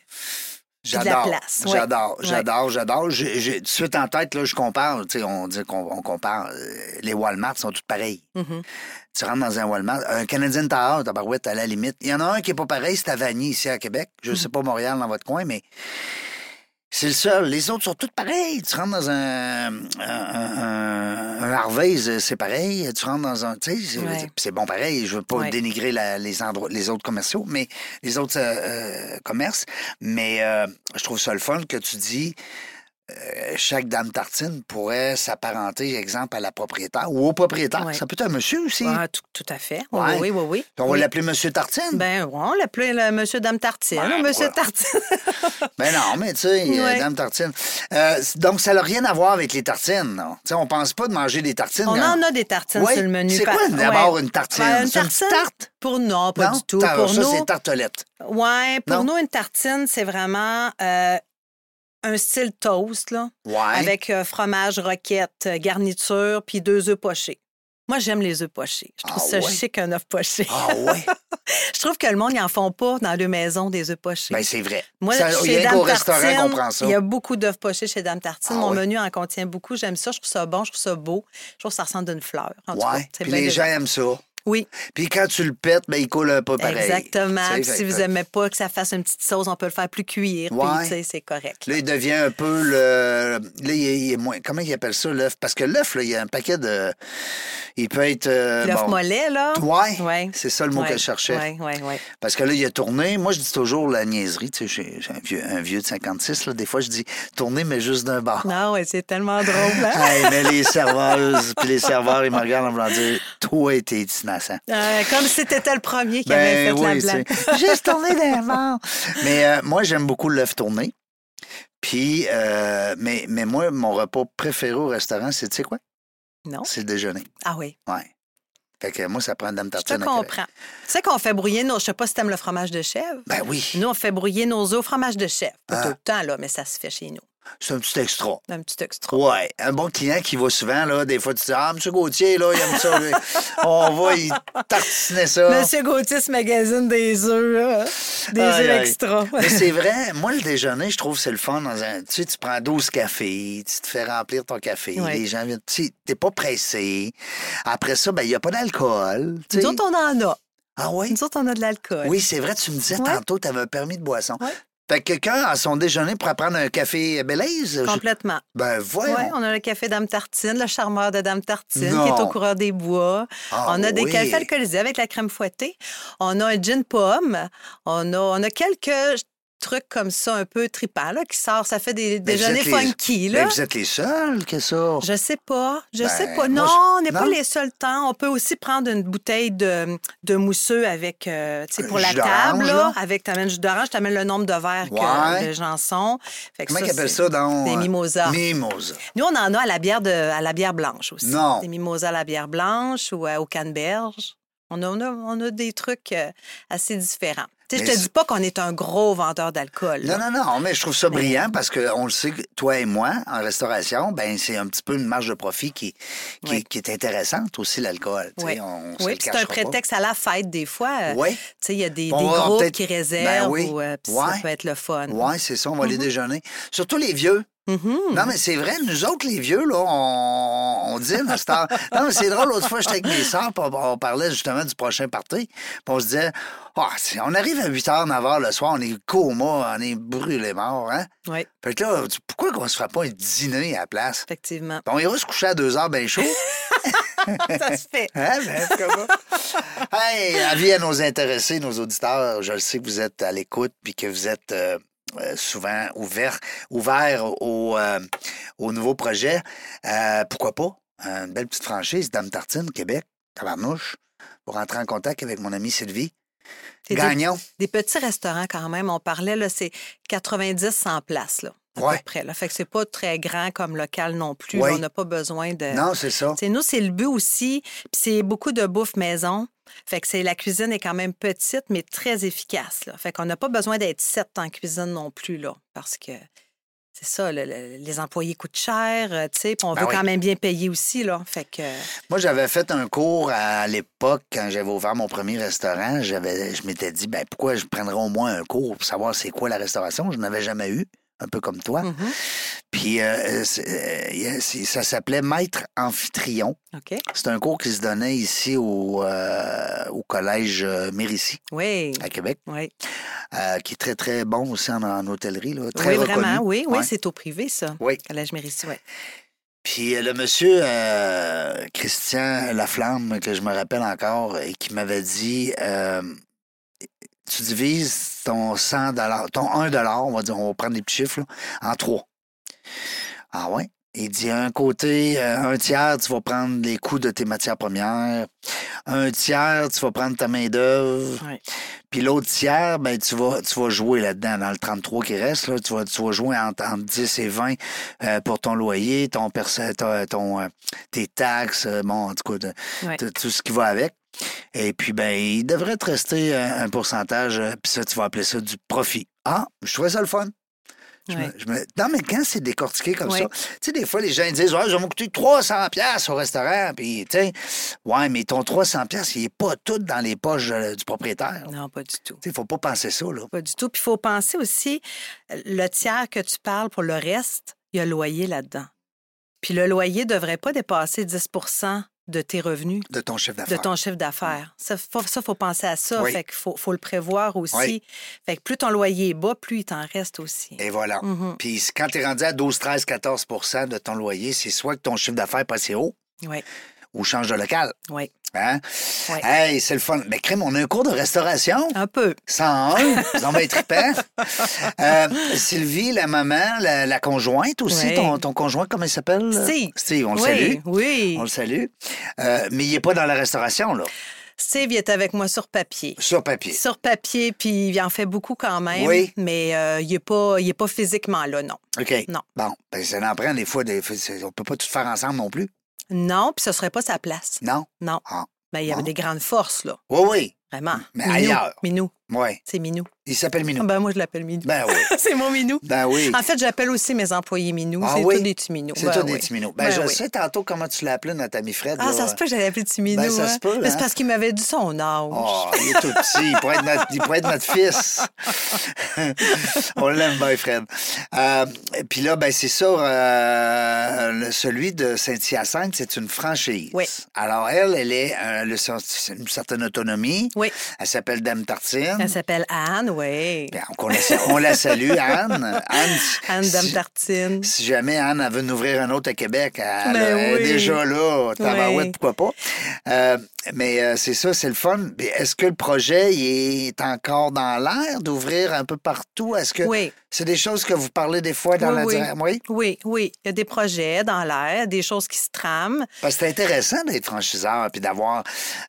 Speaker 3: de la
Speaker 2: J'adore,
Speaker 3: place, ouais.
Speaker 2: j'adore,
Speaker 3: Ouais.
Speaker 2: j'adore, j'adore. J'ai- j'ai- Tout de suite en tête, là, je compare. Tu sais, on dit qu'on on compare. euh, Les Walmart sont toutes pareilles.
Speaker 3: Mm-hmm.
Speaker 2: Tu rentres dans un Walmart, un Canadian Tower, tabarouette, à la limite. Il y en a un qui est pas pareil, c'est à Vanier, ici à Québec.
Speaker 3: Mm-hmm.
Speaker 2: Je sais pas Montréal, dans votre coin, mais c'est le seul. Les autres sont toutes pareilles. Tu rentres dans un, un, un- un Harvey's, euh, c'est pareil. Tu rentres dans un... Tu sais, c'est-
Speaker 3: Ouais.
Speaker 2: c'est bon pareil. Je veux pas
Speaker 3: Ouais.
Speaker 2: dénigrer la- les, endroits, les autres commerciaux, mais les autres euh, euh, commerces. Mais euh, je trouve ça le fun que tu dis euh, chaque dame tartine pourrait s'apparenter, exemple, à la propriétaire ou au propriétaire.
Speaker 3: Ouais.
Speaker 2: Ça peut être un monsieur aussi.
Speaker 3: Ah, tout, tout à fait. Oui,
Speaker 2: Ouais.
Speaker 3: oui, oui, oui.
Speaker 2: On va
Speaker 3: Oui.
Speaker 2: l'appeler Monsieur Tartine. Ben,
Speaker 3: Ben, ouais, on l'appelait le Monsieur Dame Tartine.
Speaker 2: Ouais,
Speaker 3: ou Monsieur
Speaker 2: pourquoi?
Speaker 3: Tartine.
Speaker 2: non, mais tu sais, euh,
Speaker 3: Ouais.
Speaker 2: Dame Tartine. Euh, c- donc, ça n'a rien à voir avec les tartines. non. Tu sais, on pense pas de manger des tartines.
Speaker 3: On
Speaker 2: quand-
Speaker 3: en a des tartines
Speaker 2: hein? Ouais.
Speaker 3: sur le menu.
Speaker 2: C'est
Speaker 3: Par-
Speaker 2: quoi d'abord
Speaker 3: ouais.
Speaker 2: une tartine?
Speaker 3: Ben, une
Speaker 2: C'est une
Speaker 3: tartine?
Speaker 2: petite tarte?
Speaker 3: Pour non, pas
Speaker 2: non?
Speaker 3: du tout.
Speaker 2: Tar-
Speaker 3: Pour
Speaker 2: ça,
Speaker 3: nous,
Speaker 2: c'est tartelette.
Speaker 3: ouais, pour
Speaker 2: Non.
Speaker 3: nous, une tartine, c'est vraiment euh, un style toast, là,
Speaker 2: Ouais.
Speaker 3: avec euh, fromage, roquette, euh, garniture, puis deux œufs pochés. Moi, j'aime les œufs pochés. Je trouve
Speaker 2: Ah
Speaker 3: ça
Speaker 2: ouais?
Speaker 3: chic, un œuf poché.
Speaker 2: Ah ouais.
Speaker 3: Je trouve que le monde, ils en font pas dans les maisons des œufs pochés.
Speaker 2: Ben c'est vrai.
Speaker 3: Moi,
Speaker 2: Ça, il y
Speaker 3: chez
Speaker 2: a qu'au
Speaker 3: Dame
Speaker 2: restaurant qu'on
Speaker 3: Tartine,
Speaker 2: prend ça.
Speaker 3: il y a beaucoup d'œufs pochés chez Dame Tartine.
Speaker 2: Ah
Speaker 3: Mon
Speaker 2: oui.
Speaker 3: menu en contient beaucoup. J'aime ça. Je trouve ça bon. Je trouve ça beau. Je trouve que ça ressemble d'une fleur. En tout cas,
Speaker 2: Ouais.
Speaker 3: c'est
Speaker 2: Puis
Speaker 3: bien
Speaker 2: les
Speaker 3: de-
Speaker 2: gens aiment ça.
Speaker 3: Oui,
Speaker 2: Puis quand tu le pètes, ben il coule un peu pareil.
Speaker 3: exactement.
Speaker 2: Tu sais,
Speaker 3: Puis
Speaker 2: fait
Speaker 3: si
Speaker 2: que
Speaker 3: vous aimez pas que ça fasse une petite sauce, on peut le faire plus cuire. puis,
Speaker 2: Ouais.
Speaker 3: tu sais, c'est correct.
Speaker 2: Là, il devient un peu le. Là, il est, il est moins. Comment il appelle ça, l'œuf? Parce que l'œuf, là, il y a un paquet de. Il peut être. euh,
Speaker 3: L'œuf
Speaker 2: bon.
Speaker 3: mollet, là.
Speaker 2: Ouais.
Speaker 3: Ouais.
Speaker 2: C'est ça le mot
Speaker 3: Ouais.
Speaker 2: que je cherchais.
Speaker 3: Ouais, ouais, ouais.
Speaker 2: Parce que là, il a tourné. Moi, je dis toujours la niaiserie. Tu sais, j'ai j'ai un vieux, un vieux de 56. Là, des fois, je dis tourner, mais juste d'un bord.
Speaker 3: Non, ouais, c'est tellement drôle. hein?
Speaker 2: Hey, mais les serveuses, puis les serveurs, ils me regardent en voulant dire Toi, t'es innocent.
Speaker 3: Euh, comme si t'étais le premier qui avait fait
Speaker 2: Ben oui,
Speaker 3: la blague.
Speaker 2: c'est juste tourner d'un bord. Mais euh, moi, j'aime beaucoup l'œuf tourné. Puis, euh, mais, mais moi, mon repas préféré au restaurant, c'est, tu sais quoi?
Speaker 3: Non?
Speaker 2: C'est le déjeuner.
Speaker 3: Ah oui,
Speaker 2: Ouais. Fait que moi, ça prend une dame
Speaker 3: je te
Speaker 2: tartine. avec-
Speaker 3: comprends. Tu sais qu'on fait brouiller nos... Je sais pas si t'aimes le fromage de chèvre.
Speaker 2: Ben oui,
Speaker 3: Nous, on fait brouiller nos œufs au fromage de chèvre. Pas
Speaker 2: Ah.
Speaker 3: tout le temps, là, mais ça se fait chez nous.
Speaker 2: c'est un petit extra.
Speaker 3: Un petit extra.
Speaker 2: Ouais, un bon client qui va souvent, là, des fois, tu dis, ah, M. Gauthier, là, il aime ça. lui. On va y tartiner ça.
Speaker 3: Monsieur Gauthier se magazine des œufs, euh, des
Speaker 2: Aïe,
Speaker 3: œufs
Speaker 2: aïe.
Speaker 3: extra.
Speaker 2: Mais c'est vrai, moi, le déjeuner, je trouve que c'est le fun. Dans un... Tu sais, tu prends 12 cafés, tu te fais remplir ton café,
Speaker 3: Ouais.
Speaker 2: les gens viennent. Tu sais, t'es pas pressé. Après ça, ben, il n'y a pas d'alcool. tu
Speaker 3: Nous
Speaker 2: sais.
Speaker 3: autres, on en a.
Speaker 2: Ah oui?
Speaker 3: Nous autres, on a de l'alcool.
Speaker 2: Oui, c'est vrai, tu me disais
Speaker 3: Ouais.
Speaker 2: tantôt, tu avais un permis de boisson.
Speaker 3: Ouais.
Speaker 2: Fait que quelqu'un, à son déjeuner, pourrait prendre un café Belize? Je-
Speaker 3: Complètement.
Speaker 2: Ben,
Speaker 3: Oui,
Speaker 2: voyons.
Speaker 3: on a le café Dame Tartine, le charmeur de Dame Tartine
Speaker 2: Non.
Speaker 3: qui est au coureur des bois.
Speaker 2: Ah
Speaker 3: on a des
Speaker 2: oui.
Speaker 3: cafés alcoolisés avec la crème fouettée. On a un gin pomme. On a, on a quelques trucs comme ça un peu tripants là, qui sortent. Ça fait des
Speaker 2: Mais vous
Speaker 3: déjeuners
Speaker 2: êtes les-
Speaker 3: funky. Là.
Speaker 2: Ben, vous êtes les seuls que ça.
Speaker 3: Je sais pas, je
Speaker 2: Oh. Ben,
Speaker 3: sais pas.
Speaker 2: moi,
Speaker 3: Non,
Speaker 2: je-
Speaker 3: on n'est pas
Speaker 2: non.
Speaker 3: les seuls temps. On peut aussi prendre une bouteille de, de mousseux avec, euh, tu sais, pour
Speaker 2: Un
Speaker 3: la
Speaker 2: jus d'orange,
Speaker 3: table,
Speaker 2: là.
Speaker 3: là, avec t'amènes le jus d'orange, t'amènes le nombre de verres
Speaker 2: Ouais.
Speaker 3: que les gens sont. Fait que
Speaker 2: Comment ils appellent
Speaker 3: c'est-
Speaker 2: ça dans.
Speaker 3: Des mimosas.
Speaker 2: Mimosa.
Speaker 3: Nous, on en a à la bière de, à la bière blanche aussi.
Speaker 2: Non.
Speaker 3: Des mimosas à la bière blanche ou euh, au canneberge. On a, on a, on a des trucs euh, assez différents. Tu sais,
Speaker 2: Mais
Speaker 3: je te
Speaker 2: ça-
Speaker 3: dis pas qu'on est un gros vendeur d'alcool. là.
Speaker 2: Non, non, non, mais je trouve ça brillant parce qu'on le sait, que toi et moi, en restauration, ben c'est un petit peu une marge de profit qui, qui,
Speaker 3: Oui.
Speaker 2: qui est intéressante aussi, l'alcool. tu sais,
Speaker 3: Oui.
Speaker 2: on- on se
Speaker 3: Oui,
Speaker 2: le
Speaker 3: puis c'est un
Speaker 2: cachera pas.
Speaker 3: prétexte à la fête des fois. euh,
Speaker 2: Oui,
Speaker 3: Tu sais, il y a des,
Speaker 2: On
Speaker 3: des
Speaker 2: va
Speaker 3: groupes
Speaker 2: peut-être-
Speaker 3: qui
Speaker 2: Ben
Speaker 3: réservent.
Speaker 2: oui.
Speaker 3: ou, euh, puis
Speaker 2: Ouais.
Speaker 3: Ça peut être le fun.
Speaker 2: ouais, c'est ça, on va
Speaker 3: Mm-hmm.
Speaker 2: aller déjeuner. Surtout les vieux. Non, mais c'est vrai, nous autres, les vieux, là, on, on dîne à cette heure. Non, mais c'est drôle, l'autre fois, j'étais avec mes sœurs, puis on, on parlait justement du prochain party, puis on se disait, Ah, c'est- on arrive à 8h, 9h le soir, on est coma, on est brûlé mort, hein?
Speaker 3: Oui,
Speaker 2: Fait que là, pourquoi qu'on se ferait pas un dîner à la place?
Speaker 3: effectivement.
Speaker 2: Puis on ira se coucher à 2 heures bien chaud.
Speaker 3: ça se fait.
Speaker 2: Hein, ben, c'est comme ça. hey, avis à nos intéressés, nos auditeurs, je le sais que vous êtes à l'écoute puis que vous êtes euh, euh, souvent ouvert, ouvert au, euh, aux nouveaux projets. Euh, pourquoi pas? Une belle petite franchise, Dame Tartine, Québec, Tabarnouche, pour rentrer en contact avec mon amie Sylvie.
Speaker 3: C'est des-
Speaker 2: Gagnons.
Speaker 3: Des petits restaurants quand même. On parlait, là, c'est 90 100 places, là, à
Speaker 2: Ouais.
Speaker 3: peu près. Là. Fait que c'est pas très grand comme local non plus.
Speaker 2: Oui.
Speaker 3: On n'a pas besoin de...
Speaker 2: Non, c'est ça.
Speaker 3: Tu sais, nous, c'est le but aussi. Puis c'est beaucoup de bouffe maison. Fait que c'est la cuisine est quand même petite, mais très efficace. Là. Fait qu'on n'a pas besoin d'être sept en cuisine non plus, là, parce que c'est ça, le- le- les employés coûtent cher, euh, tu sais, puis on
Speaker 2: Ben
Speaker 3: veut
Speaker 2: oui.
Speaker 3: quand même bien payer aussi, là. Fait que...
Speaker 2: Moi, j'avais fait un cours à l'époque, quand j'avais ouvert mon premier restaurant. J'avais, je m'étais dit, ben, pourquoi je prendrais au moins un cours pour savoir c'est quoi la restauration? Je n'avais jamais eu, un peu comme toi.
Speaker 3: Mhm.
Speaker 2: Puis, euh, c'est- euh, il y a- c'est- ça s'appelait Maître Amphitryon.
Speaker 3: OK.
Speaker 2: C'est un cours qui se donnait ici au, euh, au collège euh, Mérisy,
Speaker 3: Oui.
Speaker 2: à Québec,
Speaker 3: Oui,
Speaker 2: euh, qui est très, très bon aussi en, en hôtellerie, là, très
Speaker 3: oui
Speaker 2: reconnu.
Speaker 3: vraiment, oui, oui,
Speaker 2: Ouais.
Speaker 3: c'est au privé, ça.
Speaker 2: Oui.
Speaker 3: Collège Mérissi, oui.
Speaker 2: Puis euh, le monsieur euh, Christian Laflamme, que je me rappelle encore, et qui m'avait dit euh, Tu divises ton 100 ton 1 on va dire, on va prendre des petits chiffres, là, en trois. Ah ouais? Il dit un côté, euh, un tiers, tu vas prendre les coûts de tes matières premières. Un tiers, tu vas prendre ta main-d'œuvre.
Speaker 3: Ouais.
Speaker 2: Puis l'autre tiers, ben, tu, vas, tu vas jouer là-dedans, dans le 33 qui reste. Là, tu, vas, tu vas jouer entre, entre 10 et 20 euh, pour ton loyer, ton, perso- ton, ton, euh, tes taxes, euh, bon, en tout cas, de-
Speaker 3: Ouais.
Speaker 2: tout- tout ce qui va avec. Et puis, ben, il devrait te rester euh, un pourcentage, euh, puis ça, tu vas appeler ça du profit. Ah, je trouvais ça le fun. Je
Speaker 3: Ouais.
Speaker 2: me- je me- Non, mais quand c'est décortiqué comme
Speaker 3: Ouais.
Speaker 2: ça, tu sais, des fois, les gens disent, ouais, ça m'a coûté 300 pièces au restaurant. Puis, tu sais, ouais, mais ton 300 pièces, il n'est pas tout dans les poches euh, du propriétaire. Tu
Speaker 3: Non, pas du tout.
Speaker 2: sais, faut pas penser ça, là.
Speaker 3: Pas du tout. Puis il faut penser aussi, euh, le tiers que tu parles pour le reste, il y a le loyer là-dedans. Puis le loyer ne devrait pas dépasser 10 de tes revenus,
Speaker 2: De ton chef
Speaker 3: de
Speaker 2: d'affaires. Mm.
Speaker 3: ton chiffre d'affaires. Ça, il faut, ça, faut penser à ça.
Speaker 2: Oui.
Speaker 3: Fait qu'il faut, faut le prévoir aussi.
Speaker 2: Oui.
Speaker 3: Fait que plus ton loyer est bas, plus il t'en reste aussi.
Speaker 2: Et voilà.
Speaker 3: Mhm.
Speaker 2: Puis c- quand tu es rendu à 12, 13, 14 de ton loyer, c'est soit que ton chiffre d'affaires est pas assez haut
Speaker 3: Oui,
Speaker 2: ou change de local.
Speaker 3: oui.
Speaker 2: Hein?
Speaker 3: Ouais.
Speaker 2: Hey, c'est le fun. Mais crème, on a un cours de restauration.
Speaker 3: Un peu.
Speaker 2: 101, vous en être ben, trippant. Euh, Sylvie, la maman, la, la conjointe aussi,
Speaker 3: Ouais.
Speaker 2: ton, ton conjoint, comment il s'appelle? là?
Speaker 3: Steve.
Speaker 2: Steve, on le
Speaker 3: oui,
Speaker 2: salue.
Speaker 3: oui.
Speaker 2: On le salue. Euh, mais il n'est pas dans la restauration, là,
Speaker 3: Steve il est avec moi sur papier.
Speaker 2: sur papier.
Speaker 3: Sur papier, puis il en fait beaucoup quand même.
Speaker 2: Oui.
Speaker 3: Mais euh, il n'est pas, il est pas physiquement là, non.
Speaker 2: OK.
Speaker 3: Non.
Speaker 2: Bon, ben, ça en prend des fois. Des, c'est- on peut pas tout faire ensemble non plus.
Speaker 3: Non, puis ce serait pas sa place.
Speaker 2: Non?
Speaker 3: Non.
Speaker 2: Ah.
Speaker 3: Ben, il y avait
Speaker 2: Bon.
Speaker 3: des grandes forces, là.
Speaker 2: Oui, oui.
Speaker 3: Vraiment.
Speaker 2: Mais
Speaker 3: Minou.
Speaker 2: ailleurs.
Speaker 3: Minou.
Speaker 2: Oui.
Speaker 3: C'est Minou.
Speaker 2: Il s'appelle
Speaker 3: Ah
Speaker 2: Minou.
Speaker 3: ben, moi, je l'appelle Minou.
Speaker 2: Ben oui.
Speaker 3: c'est mon Minou.
Speaker 2: Ben oui.
Speaker 3: En fait, j'appelle aussi mes employés Minou.
Speaker 2: Ah
Speaker 3: c'est
Speaker 2: oui?
Speaker 3: tous des petits Minous.
Speaker 2: C'est
Speaker 3: Ben
Speaker 2: toi
Speaker 3: oui.
Speaker 2: des petits minous. Ben,
Speaker 3: Ben
Speaker 2: je
Speaker 3: oui.
Speaker 2: sais tantôt comment tu l'as appelé, notre ami Fred.
Speaker 3: Ah,
Speaker 2: là.
Speaker 3: ça se peut que j'avais appelé petit Minou.
Speaker 2: Ben, ça
Speaker 3: hein.
Speaker 2: se peut,
Speaker 3: Mais
Speaker 2: hein.
Speaker 3: c'est parce qu'il m'avait dit son âge.
Speaker 2: Oh, il est tout petit. Il pourrait être notre, il pourrait être notre fils. On l'aime bien, Fred. Euh, Puis là, ben, c'est sûr, euh, le- celui de Saint-Hyacinthe, c'est une franchise.
Speaker 3: Oui.
Speaker 2: Alors, elle, elle est euh, le sens- une certaine autonomie.
Speaker 3: Oui.
Speaker 2: Elle s'appelle Dame Tartine.
Speaker 3: Elle s'appelle Anne, oui.
Speaker 2: Hum. Ben, on, la, sa- on la salue, Anne. Anne,
Speaker 3: Anne
Speaker 2: si-
Speaker 3: Dame Tartine.
Speaker 2: Si jamais Anne elle veut nous ouvrir un autre à Québec, elle,
Speaker 3: Ben
Speaker 2: elle est
Speaker 3: oui.
Speaker 2: déjà là, tabarouette,
Speaker 3: Oui.
Speaker 2: pourquoi pas. Euh, mais euh, c'est ça, c'est le fun. Mais Est-ce que le projet il est encore dans l'air d'ouvrir un peu partout? Est-ce que
Speaker 3: Oui.
Speaker 2: c'est des choses que vous parlez des fois dans
Speaker 3: Oui,
Speaker 2: la
Speaker 3: oui.
Speaker 2: dire- Oui,
Speaker 3: Oui, oui. Il y a des projets dans l'air, des choses qui se trament.
Speaker 2: parce que c'est intéressant d'être franchiseur puis d'avoir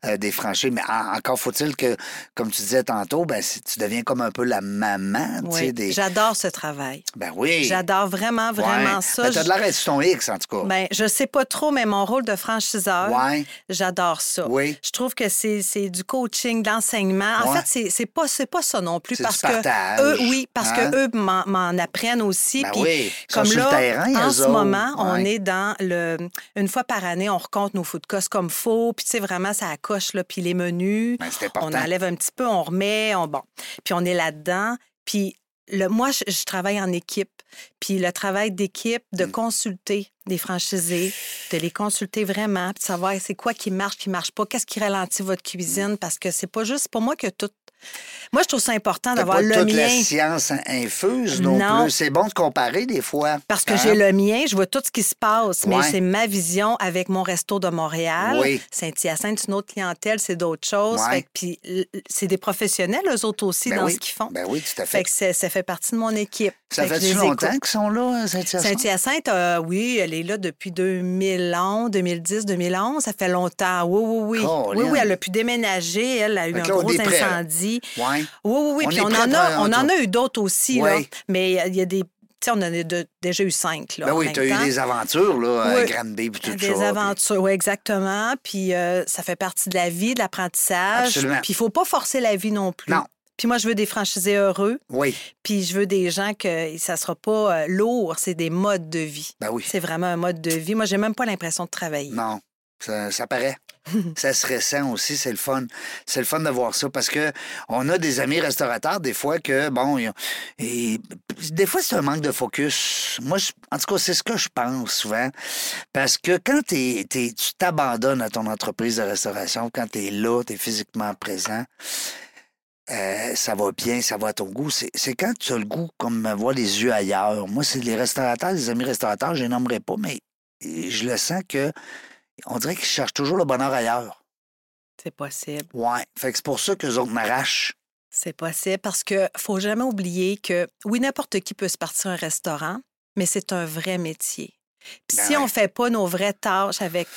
Speaker 2: euh, des franchis. Mais en- encore faut-il que, comme tu disais tantôt, ben, si tu deviens comme un peu la maman, tu sais,
Speaker 3: Oui.
Speaker 2: des...
Speaker 3: J'adore ce travail.
Speaker 2: Ben oui.
Speaker 3: J'adore vraiment, vraiment
Speaker 2: Ouais.
Speaker 3: ça.
Speaker 2: Ben, t'as de l'air d'être sur ton X, en tout cas.
Speaker 3: Ben, je sais pas trop, mais mon rôle de franchiseur,
Speaker 2: Ouais.
Speaker 3: j'adore Ben, ça.
Speaker 2: Oui.
Speaker 3: Je trouve que c'est c'est du coaching, de l'enseignement. En
Speaker 2: Ouais.
Speaker 3: fait, c'est- c'est pas, c'est pas ça non plus.
Speaker 2: C'est du
Speaker 3: Parce
Speaker 2: partage,
Speaker 3: que eux, oui, parce
Speaker 2: hein?
Speaker 3: que eux m'en- m'en apprennent aussi.
Speaker 2: Ben
Speaker 3: Puis
Speaker 2: oui, ils sont
Speaker 3: comme
Speaker 2: sur le
Speaker 3: là,
Speaker 2: terrain,
Speaker 3: en
Speaker 2: eux
Speaker 3: ce
Speaker 2: autres.
Speaker 3: moment, on
Speaker 2: Ouais.
Speaker 3: est dans le. Une fois par année, on recompte nos food costs comme faut. Puis, tu sais, vraiment, ça accroche, là. Puis les menus.
Speaker 2: Ben, c'est
Speaker 3: on
Speaker 2: important.
Speaker 3: enlève un petit peu, on remet, on. Bon. Puis on est là-dedans. Puis. Le, moi, je, je travaille en équipe. Puis le travail d'équipe, de
Speaker 2: Mm.
Speaker 3: consulter des franchisés, de les consulter vraiment, puis de savoir c'est quoi qui marche, qui marche pas, qu'est-ce qui ralentit votre cuisine,
Speaker 2: Mm.
Speaker 3: parce que c'est pas juste pour moi que tout. Moi, je trouve ça important
Speaker 2: T'as
Speaker 3: d'avoir
Speaker 2: pas
Speaker 3: le
Speaker 2: toute la
Speaker 3: mien.
Speaker 2: science infuse non,
Speaker 3: Non.
Speaker 2: plus. C'est bon de comparer des fois.
Speaker 3: Parce que
Speaker 2: Hein?
Speaker 3: j'ai le mien, je vois tout ce qui se passe, mais
Speaker 2: Ouais.
Speaker 3: c'est ma vision avec mon resto de Montréal.
Speaker 2: Oui.
Speaker 3: Saint-Hyacinthe, c'est une autre clientèle, c'est d'autres choses.
Speaker 2: Ouais.
Speaker 3: Fait que- puis l- c'est des professionnels, eux autres aussi,
Speaker 2: Ben
Speaker 3: dans
Speaker 2: oui.
Speaker 3: ce qu'ils font.
Speaker 2: Ben oui, tout à fait.
Speaker 3: fait que c'est- ça fait partie de mon équipe.
Speaker 2: ça
Speaker 3: Fait que je
Speaker 2: fait-tu
Speaker 3: les écoute.
Speaker 2: longtemps qu'ils sont là, Saint-Hyacinthe?
Speaker 3: Saint-Hyacinthe, euh, oui, elle est là depuis 2011, 2010, 2011. Ça fait longtemps. Oui, oui, oui.
Speaker 2: Colin.
Speaker 3: Oui, oui, elle a pu déménager. Elle a eu
Speaker 2: Fait
Speaker 3: un
Speaker 2: que là, on
Speaker 3: gros
Speaker 2: est prêt, là.
Speaker 3: incendie.
Speaker 2: Ouais.
Speaker 3: Oui, oui, oui.
Speaker 2: On est
Speaker 3: Puis on,
Speaker 2: prêt
Speaker 3: en
Speaker 2: pour
Speaker 3: a,
Speaker 2: un
Speaker 3: on en
Speaker 2: retour.
Speaker 3: a eu d'autres aussi. là.
Speaker 2: Oui.
Speaker 3: Mais il y a- il y a des. tu sais, on en a de- déjà eu cinq. Là,
Speaker 2: Ben
Speaker 3: en
Speaker 2: oui,
Speaker 3: même
Speaker 2: t'as eu
Speaker 3: temps.
Speaker 2: des aventures, là,
Speaker 3: Oui.
Speaker 2: à Granby et tout ça.
Speaker 3: Des
Speaker 2: puis-
Speaker 3: aventures, oui, exactement. Puis euh, ça fait partie de la vie, de l'apprentissage.
Speaker 2: Absolument.
Speaker 3: Puis il faut pas forcer la vie non plus.
Speaker 2: Non.
Speaker 3: Puis moi, je veux des franchisés heureux.
Speaker 2: Oui,
Speaker 3: Puis je veux des gens que ça sera pas euh, lourd. C'est des modes de vie.
Speaker 2: ben oui.
Speaker 3: C'est vraiment un mode de vie. Moi, j'ai même pas l'impression de travailler.
Speaker 2: Non, ça, ça paraît. ça se ressent aussi, c'est le fun. C'est le fun de voir ça parce que on a des amis restaurateurs, des fois, que, bon, ils ont- et, des fois, c'est un manque de focus. Moi, je- en tout cas, c'est ce que je pense souvent. Parce que quand t'es- t'es- tu t'abandonnes à ton entreprise de restauration, quand tu es là, tu es physiquement présent, euh, ça va bien, ça va à ton goût. C'est c'est quand tu as le goût, comme me voir les yeux ailleurs. Moi, c'est les restaurateurs, les amis restaurateurs, je les nommerai pas, mais je le sens que on dirait qu'ils cherchent toujours le bonheur ailleurs.
Speaker 3: C'est possible.
Speaker 2: Ouais. Fait que c'est pour ça que les autres m'arrachent.
Speaker 3: C'est possible parce que faut jamais oublier que oui, n'importe qui peut se partir un restaurant, mais c'est un vrai métier. Puis
Speaker 2: Ben
Speaker 3: si on
Speaker 2: ouais.
Speaker 3: fait pas nos vraies tâches avec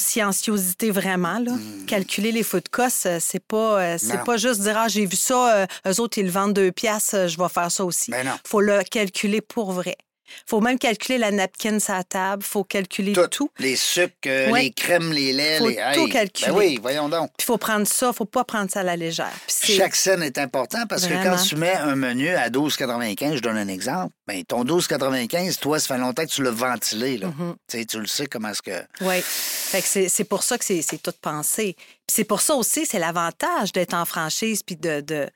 Speaker 3: conscienciosité vraiment là, calculer les food costs, euh, c'est pas euh, c'est
Speaker 2: Mmh. Non.
Speaker 3: pas juste dire ah, j'ai vu ça, euh, eux autres ils le vendent deux piastres, euh, je vais faire ça aussi.
Speaker 2: Ben non.
Speaker 3: Faut le calculer pour vrai. faut même calculer la napkin sur la table, faut calculer
Speaker 2: Tout.
Speaker 3: tout.
Speaker 2: Les sucres, euh,
Speaker 3: Ouais.
Speaker 2: les crèmes, les laits,
Speaker 3: Faut
Speaker 2: les.
Speaker 3: tout calculer.
Speaker 2: Ben oui, voyons donc.
Speaker 3: Puis faut prendre ça, faut pas prendre ça à la légère. Puis c'est-
Speaker 2: Chaque scène est importante parce que
Speaker 3: Vraiment.
Speaker 2: quand tu mets un menu à 12,95, je donne un exemple, ben ton 12,95, toi, ça fait longtemps que tu l'as ventilé. Là.
Speaker 3: Mm-hmm.
Speaker 2: Tu sais, Tu le sais comment est-ce que.
Speaker 3: Oui. Fait que c'est c'est pour ça que c'est c'est tout pensé. Puis c'est pour ça aussi, c'est l'avantage d'être en franchise puis de. de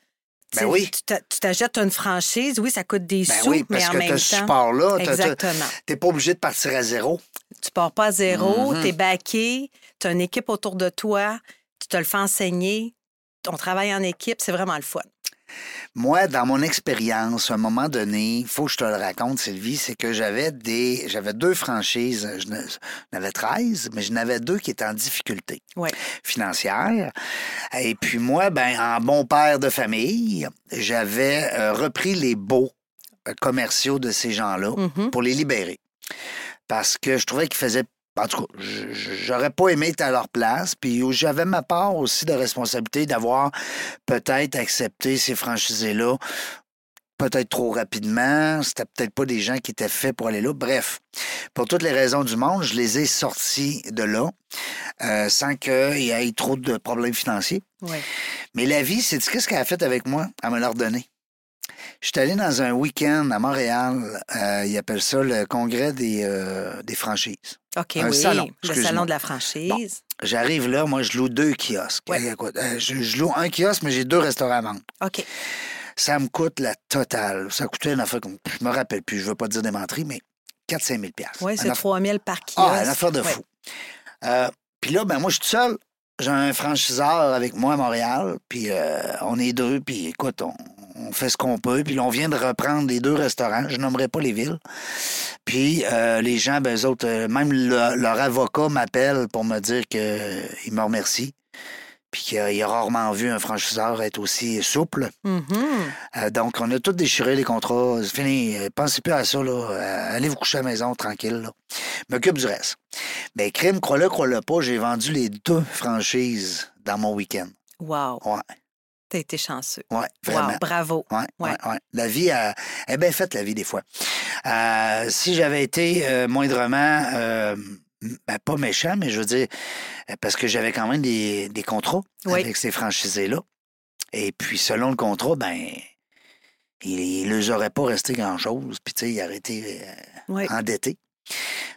Speaker 3: tu sais,
Speaker 2: Ben oui.
Speaker 3: tu t'a- Tu t'achètes une franchise, oui, ça coûte des
Speaker 2: Ben
Speaker 3: sous,
Speaker 2: oui, parce
Speaker 3: mais en
Speaker 2: que
Speaker 3: même
Speaker 2: t'as
Speaker 3: temps.
Speaker 2: ce support-là, t'as- t'as-
Speaker 3: Exactement.
Speaker 2: T'es pas obligé de partir à zéro.
Speaker 3: Tu pars pas à zéro,
Speaker 2: Mhm.
Speaker 3: t'es backé, t'as une équipe autour de toi, tu te le fais enseigner, on travaille en équipe, c'est vraiment le fun.
Speaker 2: Moi, dans mon expérience, à un moment donné, il faut que je te le raconte, Sylvie, c'est que j'avais des. J'avais deux franchises. Je n'en- j'en avais 13, mais je n'avais deux qui étaient en difficulté.
Speaker 3: Ouais.
Speaker 2: financière. Et puis moi, ben, en bon père de famille, j'avais euh, repris les baux euh, commerciaux de ces gens-là
Speaker 3: Mhm.
Speaker 2: pour les libérer. Parce que je trouvais qu'ils faisaient... En tout cas, je- je- j'aurais pas aimé être à leur place. Puis j'avais ma part aussi de responsabilité d'avoir peut-être accepté ces franchisés-là peut-être trop rapidement. C'était peut-être pas des gens qui étaient faits pour aller là. Bref, pour toutes les raisons du monde, je les ai sortis de là euh, sans qu'il y ait trop de problèmes financiers.
Speaker 3: Ouais.
Speaker 2: Mais la vie, c'est qu'est-ce qu'elle a fait avec moi à me leur donner. Je suis allé dans un week-end à Montréal. euh, ils appellent ça le congrès des, euh, des franchises.
Speaker 3: OK,
Speaker 2: Un
Speaker 3: oui.
Speaker 2: salon,
Speaker 3: le
Speaker 2: excuse-moi.
Speaker 3: salon de la franchise.
Speaker 2: J'arrive là, moi, je loue deux kiosques.
Speaker 3: Ouais.
Speaker 2: Euh, écoute, euh, je, je loue un kiosque, mais j'ai deux restaurants à vendre.
Speaker 3: OK.
Speaker 2: Ça me coûte la totale. Ça coûtait une affaire comme. Je me rappelle plus, je veux pas te dire des menteries, mais 4-5 000
Speaker 3: Oui,
Speaker 2: Une
Speaker 3: c'est
Speaker 2: affaire-
Speaker 3: 3000 par kiosque.
Speaker 2: Ah, une affaire de
Speaker 3: Ouais.
Speaker 2: fou. Euh, puis là, ben moi, je suis tout seul. J'ai un franchiseur avec moi à Montréal, puis euh, on est deux, puis écoute, on, on fait ce qu'on peut, puis là, on vient de reprendre les deux restaurants, je nommerai pas les villes. Puis euh, les gens, ben eux autres, euh, même le- leur avocat m'appelle pour me dire qu'il me remercie, puis qu'il a- il a rarement vu un franchiseur être aussi souple.
Speaker 3: Mhm.
Speaker 2: Euh, donc, on a tout déchiré les contrats. C'est fini. Euh, Pensez plus à ça, là. Euh, allez vous coucher à la maison, tranquille, là. Je M'occupe du reste. Mais crime, crois-le, crois-le pas, j'ai vendu les deux franchises dans mon week-end.
Speaker 3: Wow,
Speaker 2: Ouais,
Speaker 3: t'as été chanceux.
Speaker 2: ouais, vraiment.
Speaker 3: Wow, bravo.
Speaker 2: Ouais, ouais,
Speaker 3: Ouais.
Speaker 2: ouais. La vie, euh, elle est bien faite, la vie, des fois. Euh, si j'avais été euh, moindrement, euh, m- ben, pas méchant, mais je veux dire, euh, parce que j'avais quand même des, des contrats
Speaker 3: Oui.
Speaker 2: avec ces franchisés-là. Et puis, selon le contrat, ben, il ne leur aurait pas resté grand-chose. Puis, tu sais, ils auraient été euh,
Speaker 3: Oui.
Speaker 2: endettés.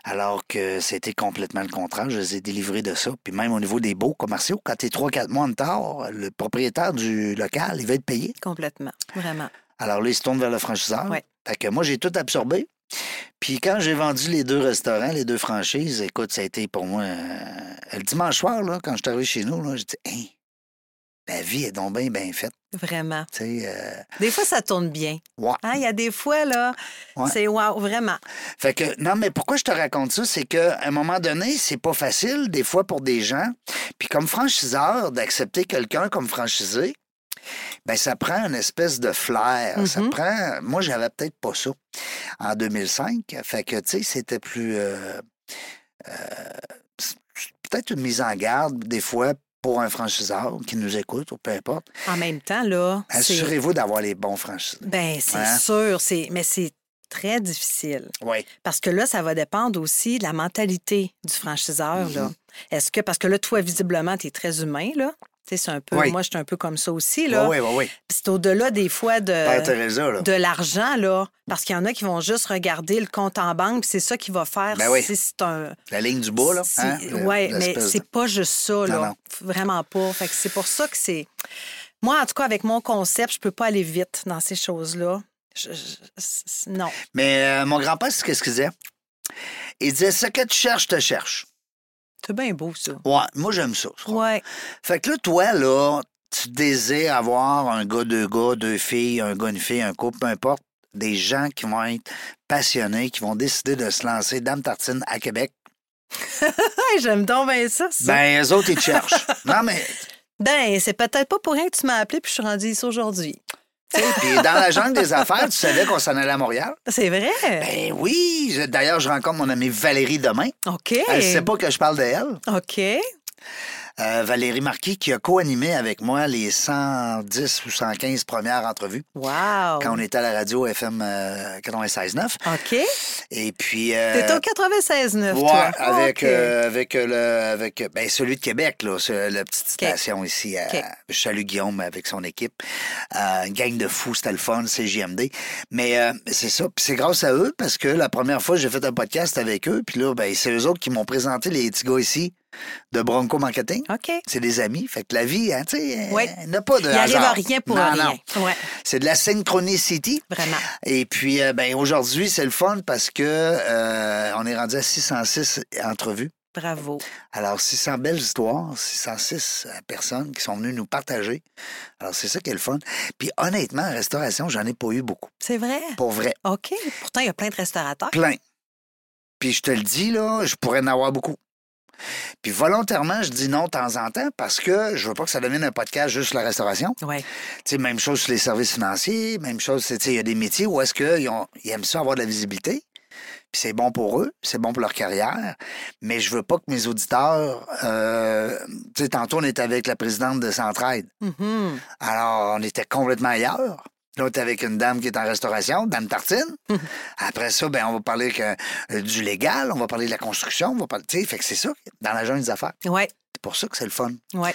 Speaker 2: Alors que c'était complètement le contraire. Je les ai délivrés de ça. Puis, même au niveau des baux commerciaux, quand tu es 3-4 mois en retard, le propriétaire du local, il va être payé.
Speaker 3: Complètement, vraiment.
Speaker 2: Alors là, ils se tournent vers le franchiseur.
Speaker 3: Ouais.
Speaker 2: Fait que moi, j'ai tout absorbé. Puis quand j'ai vendu les deux restaurants, les deux franchises, écoute, ça a été pour moi. euh, le dimanche soir, là, quand je suis arrivé chez nous, là, j'ai dit Hein, la vie est donc bien bien faite.
Speaker 3: Vraiment.
Speaker 2: Tu sais, euh,
Speaker 3: Des fois, ça tourne bien.
Speaker 2: ouais.
Speaker 3: Hein, Il y a des fois, là,
Speaker 2: Ouais.
Speaker 3: c'est wow, vraiment.
Speaker 2: Fait que, non, mais pourquoi je te raconte ça? C'est qu'à un moment donné, c'est pas facile, des fois, pour des gens. Puis comme franchiseur, d'accepter quelqu'un comme franchisé, ben ça prend une espèce de flair. Ça
Speaker 3: Mhm.
Speaker 2: prend. Moi, j'avais peut-être pas ça en 2005. Fait que, tu sais, c'était plus. euh, euh, c'est peut-être une mise en garde, des fois, pour un franchiseur qui nous écoute, ou peu importe.
Speaker 3: En même temps, là, c'est...
Speaker 2: Assurez-vous d'avoir les bons franchisés.
Speaker 3: Ben, c'est
Speaker 2: Hein?
Speaker 3: sûr, c'est... mais c'est très difficile.
Speaker 2: Oui.
Speaker 3: Parce que là, ça va dépendre aussi de la mentalité du franchiseur. là.
Speaker 2: Mhm.
Speaker 3: Est-ce que, parce que là, toi, visiblement, tu es très humain, là. Tu sais, C'est un peu,
Speaker 2: Oui.
Speaker 3: Moi, je suis un peu comme ça aussi.
Speaker 2: Oui,
Speaker 3: Là.
Speaker 2: oui, oui.
Speaker 3: C'est au-delà des fois de,
Speaker 2: Père Teresa, là.
Speaker 3: Euh, de l'argent, là. Parce qu'il y en a qui vont juste regarder le compte en banque, puis c'est ça qui va faire
Speaker 2: Ben oui.
Speaker 3: si c'est un.
Speaker 2: La ligne du bas, là. hein,
Speaker 3: si-
Speaker 2: le-
Speaker 3: ouais, mais
Speaker 2: l'espèce de-
Speaker 3: c'est pas juste ça, là.
Speaker 2: non.
Speaker 3: Vraiment pas. Fait que c'est pour ça que c'est. Moi, en tout cas, avec mon concept, je peux pas aller vite dans ces choses-là. Je- je- c'est- non.
Speaker 2: Mais euh, mon grand-père, c'est qu'est-ce qu'il disait? Il disait ce que tu cherches, te cherche.
Speaker 3: C'est bien beau, ça.
Speaker 2: Ouais, moi j'aime ça. ça.
Speaker 3: Ouais.
Speaker 2: Fait que là, toi, là, tu désires avoir un gars, deux gars, deux filles, un gars, une fille, un couple, peu importe, des gens qui vont être passionnés, qui vont décider de se lancer Dame Tartine à Québec.
Speaker 3: Hey, J'aime donc bien ça. ça.
Speaker 2: Ben, eux autres, ils te cherchent. non, mais,
Speaker 3: Ben, c'est peut-être pas pour rien que tu m'as appelé puis je suis rendue ici aujourd'hui.
Speaker 2: tu sais, puis dans la jungle des affaires, tu savais qu'on s'en allait à Montréal.
Speaker 3: C'est vrai?
Speaker 2: Ben oui, je- d'ailleurs, je rencontre mon amie Valérie demain.
Speaker 3: OK.
Speaker 2: Elle sait pas que je parle d'elle.
Speaker 3: OK.
Speaker 2: euh, Valérie Marquis, qui a co-animé avec moi les 110 ou 115 premières entrevues
Speaker 3: Wow!
Speaker 2: quand on était à la radio FM euh, 96.9.
Speaker 3: OK.
Speaker 2: Et puis... euh,
Speaker 3: T'es au
Speaker 2: Ouais,
Speaker 3: 96.9, toi. Oh,
Speaker 2: avec,
Speaker 3: OK.
Speaker 2: euh, avec, le, avec ben, celui de Québec, là, ce- la petite station ici. À,
Speaker 3: OK.
Speaker 2: Je salue Guillaume avec son équipe. Euh, une gang de fous, c'était le fun, c'est JMD. Mais euh, c'est ça. Puis c'est grâce à eux parce que la première fois, j'ai fait un podcast avec eux. Puis là, ben, c'est eux autres qui m'ont présenté les petits gars ici de Bronco Marketing.
Speaker 3: OK.
Speaker 2: C'est des amis. Fait que la vie, hein, tu sais,
Speaker 3: Ouais.
Speaker 2: elle n'a pas de.
Speaker 3: Il arrive
Speaker 2: hasard.
Speaker 3: à rien pour
Speaker 2: Non,
Speaker 3: rien.
Speaker 2: non.
Speaker 3: Ouais,
Speaker 2: C'est de la synchronicity.
Speaker 3: vraiment.
Speaker 2: Et puis, euh, ben, aujourd'hui, c'est le fun parce que euh, on est rendu à 606 entrevues.
Speaker 3: Bravo.
Speaker 2: Alors, 600 belles histoires, 606 euh, personnes qui sont venues nous partager. Alors, c'est ça qui est le fun. Puis, honnêtement, en restauration, j'en ai pas eu beaucoup.
Speaker 3: C'est vrai?
Speaker 2: Pour vrai.
Speaker 3: OK. Pourtant, il y a plein de restaurateurs.
Speaker 2: Plein. Puis, je te le dis, là, je pourrais en avoir beaucoup. Puis, volontairement, je dis non de temps en temps parce que je veux pas que ça devienne un podcast juste sur la restauration.
Speaker 3: Ouais.
Speaker 2: Tu sais, même chose sur les services financiers, même chose, tu sais, il y a des métiers où est-ce qu'ils ont- ils aiment ça avoir de la visibilité. Puis c'est bon pour eux, c'est bon pour leur carrière, mais je veux pas que mes auditeurs... euh, tu sais, tantôt, on était avec la présidente de Centraide.
Speaker 3: Mhm.
Speaker 2: Alors, on était complètement ailleurs. Là, on était avec une dame qui est en restauration, Dame Tartine. Après ça, ben, on va parler que, euh, du légal, on va parler de la construction, on va parler... Tu sais, fait que c'est ça, dans la jungle des affaires.
Speaker 3: Ouais,
Speaker 2: C'est pour ça que c'est le fun.
Speaker 3: ouais.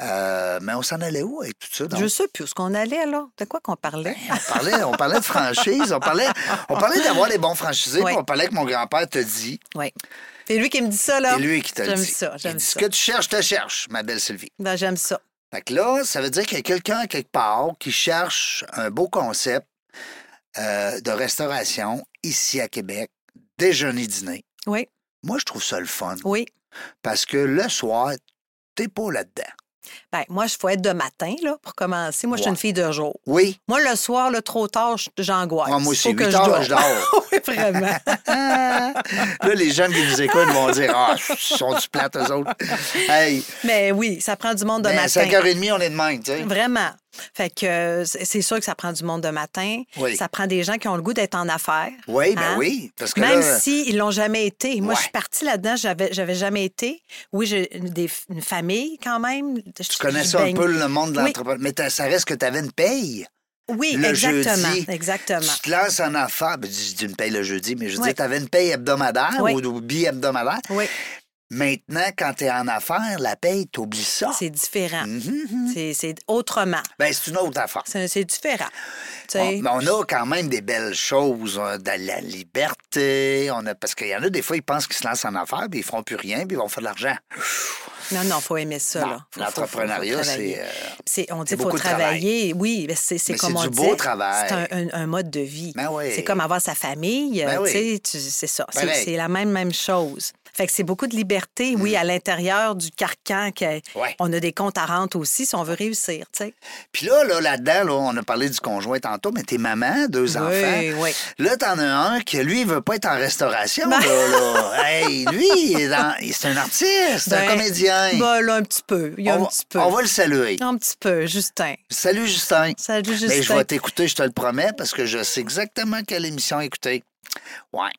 Speaker 2: Euh, mais on s'en allait où avec tout ça? donc?
Speaker 3: Je sais plus où ce qu'on allait, là. De quoi qu'on parlait?
Speaker 2: On parlait, on parlait de franchise, on parlait, on parlait d'avoir les bons franchisés,
Speaker 3: Ouais.
Speaker 2: puis on parlait que mon grand-père te dit,
Speaker 3: Ouais. C'est lui qui me dit ça, là.
Speaker 2: et Ben. lui qui te le
Speaker 3: J'aime
Speaker 2: dit.
Speaker 3: ça,
Speaker 2: Il
Speaker 3: j'aime
Speaker 2: dit,
Speaker 3: ça.
Speaker 2: Ce que tu cherches, te cherche, ma belle Sylvie.
Speaker 3: Ben, j'aime ça.
Speaker 2: Fait que là, ça veut dire qu'il y a quelqu'un quelque part qui cherche un beau concept euh, de restauration ici à Québec, déjeuner-dîner.
Speaker 3: Oui,
Speaker 2: Moi, je trouve ça le fun,
Speaker 3: oui.
Speaker 2: parce que le soir, t'es pas là-dedans.
Speaker 3: Ben, moi, il faut être de matin, là, pour commencer. Moi, je suis
Speaker 2: Ouais.
Speaker 3: une fille de jour.
Speaker 2: Oui,
Speaker 3: Moi, le soir, là, trop tard, je- j'angoisse.
Speaker 2: Ah, moi, moi
Speaker 3: Faut
Speaker 2: aussi,
Speaker 3: que
Speaker 2: 8 heures, je dors.
Speaker 3: oui, vraiment.
Speaker 2: là, les jeunes qui nous écoutent vont dire Ah, sont-tu plates, eux autres? Hey,
Speaker 3: Mais oui, ça prend du monde de
Speaker 2: ben, à
Speaker 3: matin.
Speaker 2: 5h30, on est de même, tu sais.
Speaker 3: Vraiment. Fait que euh, c'est c'est sûr que ça prend du monde de matin.
Speaker 2: Oui.
Speaker 3: Ça prend des gens qui ont le goût d'être en affaires.
Speaker 2: Oui, ben
Speaker 3: Hein?
Speaker 2: oui. Parce que
Speaker 3: Même
Speaker 2: là, euh,
Speaker 3: s'ils ils l'ont jamais été. Moi,
Speaker 2: Ouais.
Speaker 3: je suis partie là-dedans, j'avais, j'avais jamais été. Oui, j'ai une, des- une famille quand même.
Speaker 2: tu connais ça un peu le monde de
Speaker 3: Oui.
Speaker 2: l'entreprise. Mais t'as- ça reste que tu avais une paye.
Speaker 3: Oui,
Speaker 2: le
Speaker 3: exactement.
Speaker 2: jeudi.
Speaker 3: Exactement.
Speaker 2: Tu te lances en affaires. Ben, je dis une paye le jeudi, mais je veux
Speaker 3: Ouais.
Speaker 2: dire, tu avais une paye hebdomadaire
Speaker 3: Ouais.
Speaker 2: ou, ou bi-hebdomadaire.
Speaker 3: Oui,
Speaker 2: Maintenant, quand tu es en affaires, la paye, tu oublies ça.
Speaker 3: c'est différent.
Speaker 2: Mhm.
Speaker 3: C'est, c'est autrement.
Speaker 2: Ben, c'est une autre affaire.
Speaker 3: C'est, c'est différent. Tu
Speaker 2: On,
Speaker 3: sais,
Speaker 2: mais on a quand même des belles choses, euh, de la liberté. On a, parce qu'il y en a des fois, ils pensent qu'ils se lancent en affaires, puis ils feront plus rien, puis ils vont faire de l'argent.
Speaker 3: Non, non, faut aimer ça.
Speaker 2: Non,
Speaker 3: là. Faut- faut- faut- faut
Speaker 2: L'entrepreneuriat,
Speaker 3: travailler.
Speaker 2: c'est. euh,
Speaker 3: C'est- on dit
Speaker 2: c'est
Speaker 3: qu'il faut
Speaker 2: beaucoup de travail.
Speaker 3: travailler. Oui, mais c'est, c'est
Speaker 2: Mais
Speaker 3: comme
Speaker 2: c'est
Speaker 3: on
Speaker 2: du
Speaker 3: dit.
Speaker 2: beau travail.
Speaker 3: C'est un, un- un mode de vie.
Speaker 2: Ben oui.
Speaker 3: C'est comme avoir sa famille.
Speaker 2: Ben
Speaker 3: euh,
Speaker 2: oui.
Speaker 3: tu sais, tu- C'est ça. C'est,
Speaker 2: Pareil. Mm.
Speaker 3: c'est la même, même chose. Fait que c'est beaucoup de liberté, oui, à l'intérieur du carcan. que-
Speaker 2: Ouais.
Speaker 3: On a des comptes à rente aussi si on veut réussir. tu sais.
Speaker 2: Puis là, là, là-dedans, là, on a parlé du conjoint tantôt, mais t'es maman, deux enfants.
Speaker 3: Oui, oui.
Speaker 2: Là, t'en as un qui, lui, il veut pas être en restauration. Là, là. Hey, lui, il est dans- c'est un artiste, un
Speaker 3: Ben,
Speaker 2: comédien.
Speaker 3: Ben, là, un petit peu. Il y a
Speaker 2: on,
Speaker 3: un
Speaker 2: va-
Speaker 3: petit peu.
Speaker 2: on va le saluer.
Speaker 3: Un petit peu, Justin.
Speaker 2: Salut, Justin.
Speaker 3: Salut, Justin.
Speaker 2: Ben, je vais t'écouter, je te le promets, parce que je sais exactement quelle émission écouter. Ouais.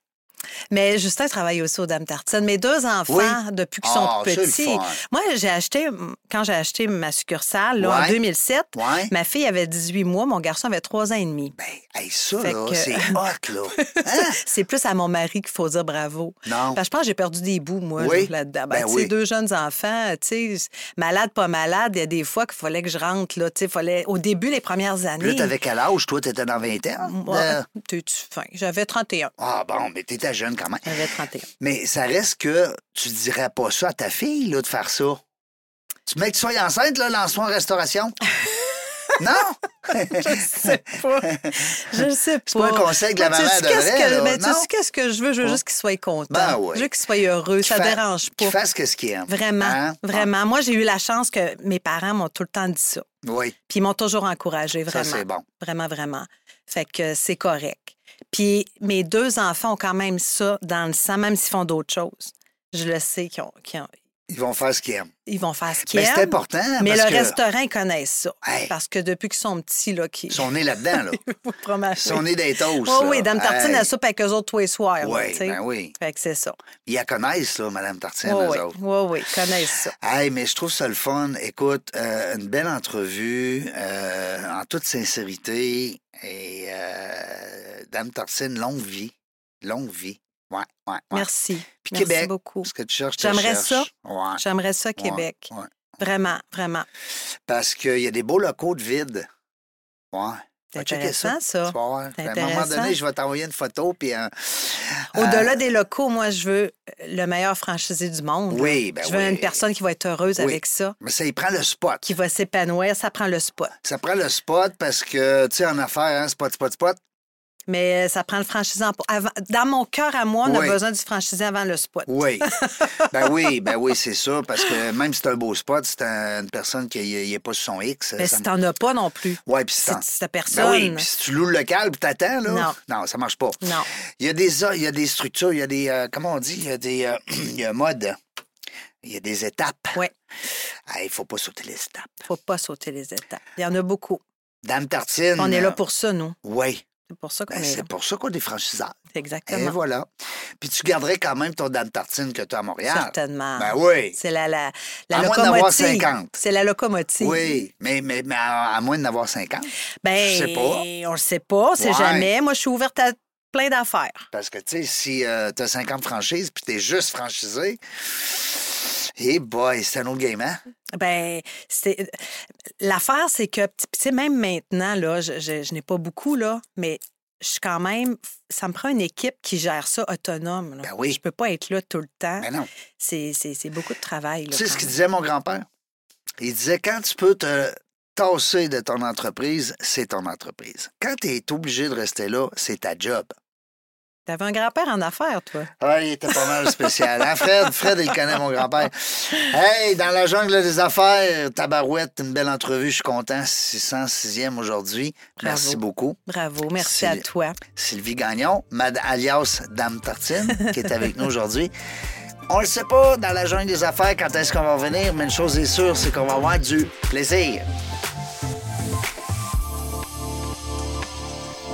Speaker 3: Mais Justin travaille aussi aux Dames Tartines. Mes deux enfants,
Speaker 2: Oui.
Speaker 3: depuis qu'ils sont
Speaker 2: Ah, c'est le
Speaker 3: petits,
Speaker 2: fun.
Speaker 3: moi, j'ai acheté, quand j'ai acheté ma succursale là, en
Speaker 2: Ouais.
Speaker 3: 2007,
Speaker 2: Ouais.
Speaker 3: ma fille avait 18 mois, mon garçon avait 3 ans et demi.
Speaker 2: Ben, hey, ça,
Speaker 3: Fait
Speaker 2: là,
Speaker 3: que-
Speaker 2: c'est hot, là. Hein?
Speaker 3: C'est plus à mon mari qu'il faut dire bravo.
Speaker 2: Non.
Speaker 3: Parce que je pense que j'ai perdu des bouts, moi,
Speaker 2: Oui.
Speaker 3: là, dedans
Speaker 2: Ben
Speaker 3: tu
Speaker 2: oui.
Speaker 3: sais, deux jeunes enfants, tu sais, malade, pas malade, il y a des fois qu'il fallait que je rentre, là, tu sais, fallait... au début, les premières
Speaker 2: Puis Là,
Speaker 3: années...
Speaker 2: t'avais quel âge? Toi, t'étais dans 20 ans?
Speaker 3: Moi,
Speaker 2: Euh,
Speaker 3: t'es-tu fin? J'avais 31.
Speaker 2: Ah, bon, mais t'étais jeune quand même.
Speaker 3: J'avais 31.
Speaker 2: Mais ça reste que tu dirais pas ça à ta fille, là, de faire ça. Tu mets que tu sois enceinte, là, lance-moi en restauration. non?
Speaker 3: Je le sais pas.
Speaker 2: pas un conseil que la
Speaker 3: Moi, tu
Speaker 2: maman
Speaker 3: sais-tu
Speaker 2: devrait,
Speaker 3: qu'est-ce que-
Speaker 2: là,
Speaker 3: ben, tu
Speaker 2: non?
Speaker 3: sais qu'est-ce que je veux? Je veux juste qu'il soit content.
Speaker 2: Ben oui.
Speaker 3: Je veux qu'il soit heureux. ça
Speaker 2: Qu'il fa-
Speaker 3: dérange pas.
Speaker 2: Qu'il fasse que ce qu'il aime.
Speaker 3: Vraiment,
Speaker 2: Hein?
Speaker 3: vraiment. Moi, j'ai eu la chance que mes parents m'ont tout le temps dit ça.
Speaker 2: Ah, oui,
Speaker 3: Puis ils m'ont toujours encouragé,
Speaker 2: ça,
Speaker 3: vraiment.
Speaker 2: c'est bon.
Speaker 3: Vraiment, vraiment. Fait que c'est correct. Puis mes deux enfants ont quand même ça dans le sang, même s'ils font d'autres choses. Je le sais qu'ils ont, qu'ils ont-
Speaker 2: Ils vont faire ce qu'ils aiment.
Speaker 3: Ils vont faire ce qu'ils
Speaker 2: Mais Ben, c'est
Speaker 3: aiment.
Speaker 2: important
Speaker 3: Mais
Speaker 2: parce
Speaker 3: le
Speaker 2: que
Speaker 3: restaurant, ils connaissent ça.
Speaker 2: Hey.
Speaker 3: Parce que depuis qu'ils sont petits, là, qui.
Speaker 2: si on est là-dedans, là,
Speaker 3: fromage.
Speaker 2: si on est des toasts...
Speaker 3: Oh
Speaker 2: là,
Speaker 3: oui, Dame Tartine,
Speaker 2: hey,
Speaker 3: elle soupe avec eux autres tous les soirs. là,
Speaker 2: Oui,
Speaker 3: tu sais.
Speaker 2: ben oui.
Speaker 3: Fait que c'est ça.
Speaker 2: Ils la connaissent, là, Madame Tartine,
Speaker 3: Oui,
Speaker 2: eux
Speaker 3: Oh, oui,
Speaker 2: autres.
Speaker 3: oui, oui, ils connaissent ça.
Speaker 2: Hey, mais je trouve ça le fun. Écoute, euh, une belle entrevue, euh, en toute sincérité. Et euh, Dame Tartine, longue vie. Longue vie. Ouais, ouais, ouais.
Speaker 3: Merci.
Speaker 2: Puis
Speaker 3: Merci
Speaker 2: Québec,
Speaker 3: beaucoup.
Speaker 2: ce que tu cherches, tu
Speaker 3: J'aimerais ça.
Speaker 2: Ouais.
Speaker 3: J'aimerais ça, Québec.
Speaker 2: ouais.
Speaker 3: Vraiment, vraiment.
Speaker 2: Parce qu'il y a des beaux locaux de vide. Ouais.
Speaker 3: C'est
Speaker 2: Va checker
Speaker 3: intéressant, ça.
Speaker 2: Tu vas voir.
Speaker 3: C'est
Speaker 2: À un moment donné,
Speaker 3: intéressant.
Speaker 2: je vais t'envoyer une photo. Puis un- Euh.
Speaker 3: Au-delà des locaux, moi, je veux euh, le meilleur franchisé du monde. là.
Speaker 2: Oui, ben
Speaker 3: je veux
Speaker 2: oui.
Speaker 3: une personne qui va être heureuse
Speaker 2: Oui.
Speaker 3: avec ça,
Speaker 2: Mais ça, il prend le spot.
Speaker 3: qui va s'épanouir. Ça prend le spot.
Speaker 2: Ça prend le spot parce que, tu sais, en affaires, hein, spot, spot, spot.
Speaker 3: Mais euh, ça prend le franchisé en... avant- Dans mon cœur à moi, on
Speaker 2: Oui.
Speaker 3: a besoin du franchisé avant le spot.
Speaker 2: Oui. ben oui, ben oui, c'est ça. Parce que même si c'est un beau spot, c'est un- une personne qui n'est pas sur son X. ça
Speaker 3: Mais Ben, si
Speaker 2: me-
Speaker 3: t'en as pas non plus,
Speaker 2: Ouais, puis si
Speaker 3: si
Speaker 2: t'en-
Speaker 3: si t'as
Speaker 2: Ben
Speaker 3: personne,
Speaker 2: oui, puis si tu loues le local puis t'attends, là.
Speaker 3: Non.
Speaker 2: ça marche pas.
Speaker 3: non.
Speaker 2: Il y a des, il y a des structures, il y a des. euh, comment on dit? Il y a des. euh, il y a un mode. Il y a des étapes.
Speaker 3: Oui,
Speaker 2: Ah, il faut pas sauter les étapes.
Speaker 3: faut pas sauter les étapes. Il y en a beaucoup.
Speaker 2: Dame Tartine.
Speaker 3: On est là pour ça, nous.
Speaker 2: Oui.
Speaker 3: C'est pour ça qu'on est là.
Speaker 2: Ben, c'est pour ça qu'on est franchiseur. Et
Speaker 3: Exactement.
Speaker 2: voilà. Puis tu garderais quand même ton Dame Tartine que tu as à Montréal.
Speaker 3: Certainement.
Speaker 2: Ben oui.
Speaker 3: C'est la, la, la
Speaker 2: À moins d'en
Speaker 3: locomotive.
Speaker 2: avoir 50.
Speaker 3: C'est la locomotive.
Speaker 2: Oui, mais, mais, mais à, à moins d'en avoir 50.
Speaker 3: Ben,
Speaker 2: Je sais pas.
Speaker 3: on le sait pas, on sait
Speaker 2: Ouais.
Speaker 3: jamais. Moi, je suis ouverte à plein d'affaires.
Speaker 2: Parce que, tu sais, si tu as 50 franchises puis tu es juste franchisé, et boy, c'est un autre game, hein?
Speaker 3: Ben, c'est l'affaire, c'est que pis tu sais même maintenant là, je, je- je n'ai pas beaucoup là, mais je suis quand même. Ça me prend une équipe qui gère ça autonome. là.
Speaker 2: Ben oui.
Speaker 3: Je peux pas être là tout le temps.
Speaker 2: Mais non.
Speaker 3: C'est c'est- c'est beaucoup de travail. là,
Speaker 2: Tu sais ce
Speaker 3: quand
Speaker 2: qu'il
Speaker 3: même.
Speaker 2: disait mon grand-père? Il disait quand tu peux te tasser de ton entreprise, c'est ton entreprise. Quand tu es obligé de rester là, c'est ta job.
Speaker 3: T'avais un grand-père en affaires, toi.
Speaker 2: Ah, il était pas mal spécial. Hein, Fred, Fred, il connaît mon grand-père. Hey, dans la jungle des affaires, Tabarouette, une belle entrevue, je suis content. 606e aujourd'hui.
Speaker 3: Bravo.
Speaker 2: Merci beaucoup.
Speaker 3: Bravo, merci
Speaker 2: C'est-
Speaker 3: à toi.
Speaker 2: Sylvie Gagnon, Mad alias Dame Tartine, qui est avec nous aujourd'hui. On le sait pas dans la jungle des affaires quand est-ce qu'on va revenir, mais une chose est sûre, c'est qu'on va avoir du plaisir.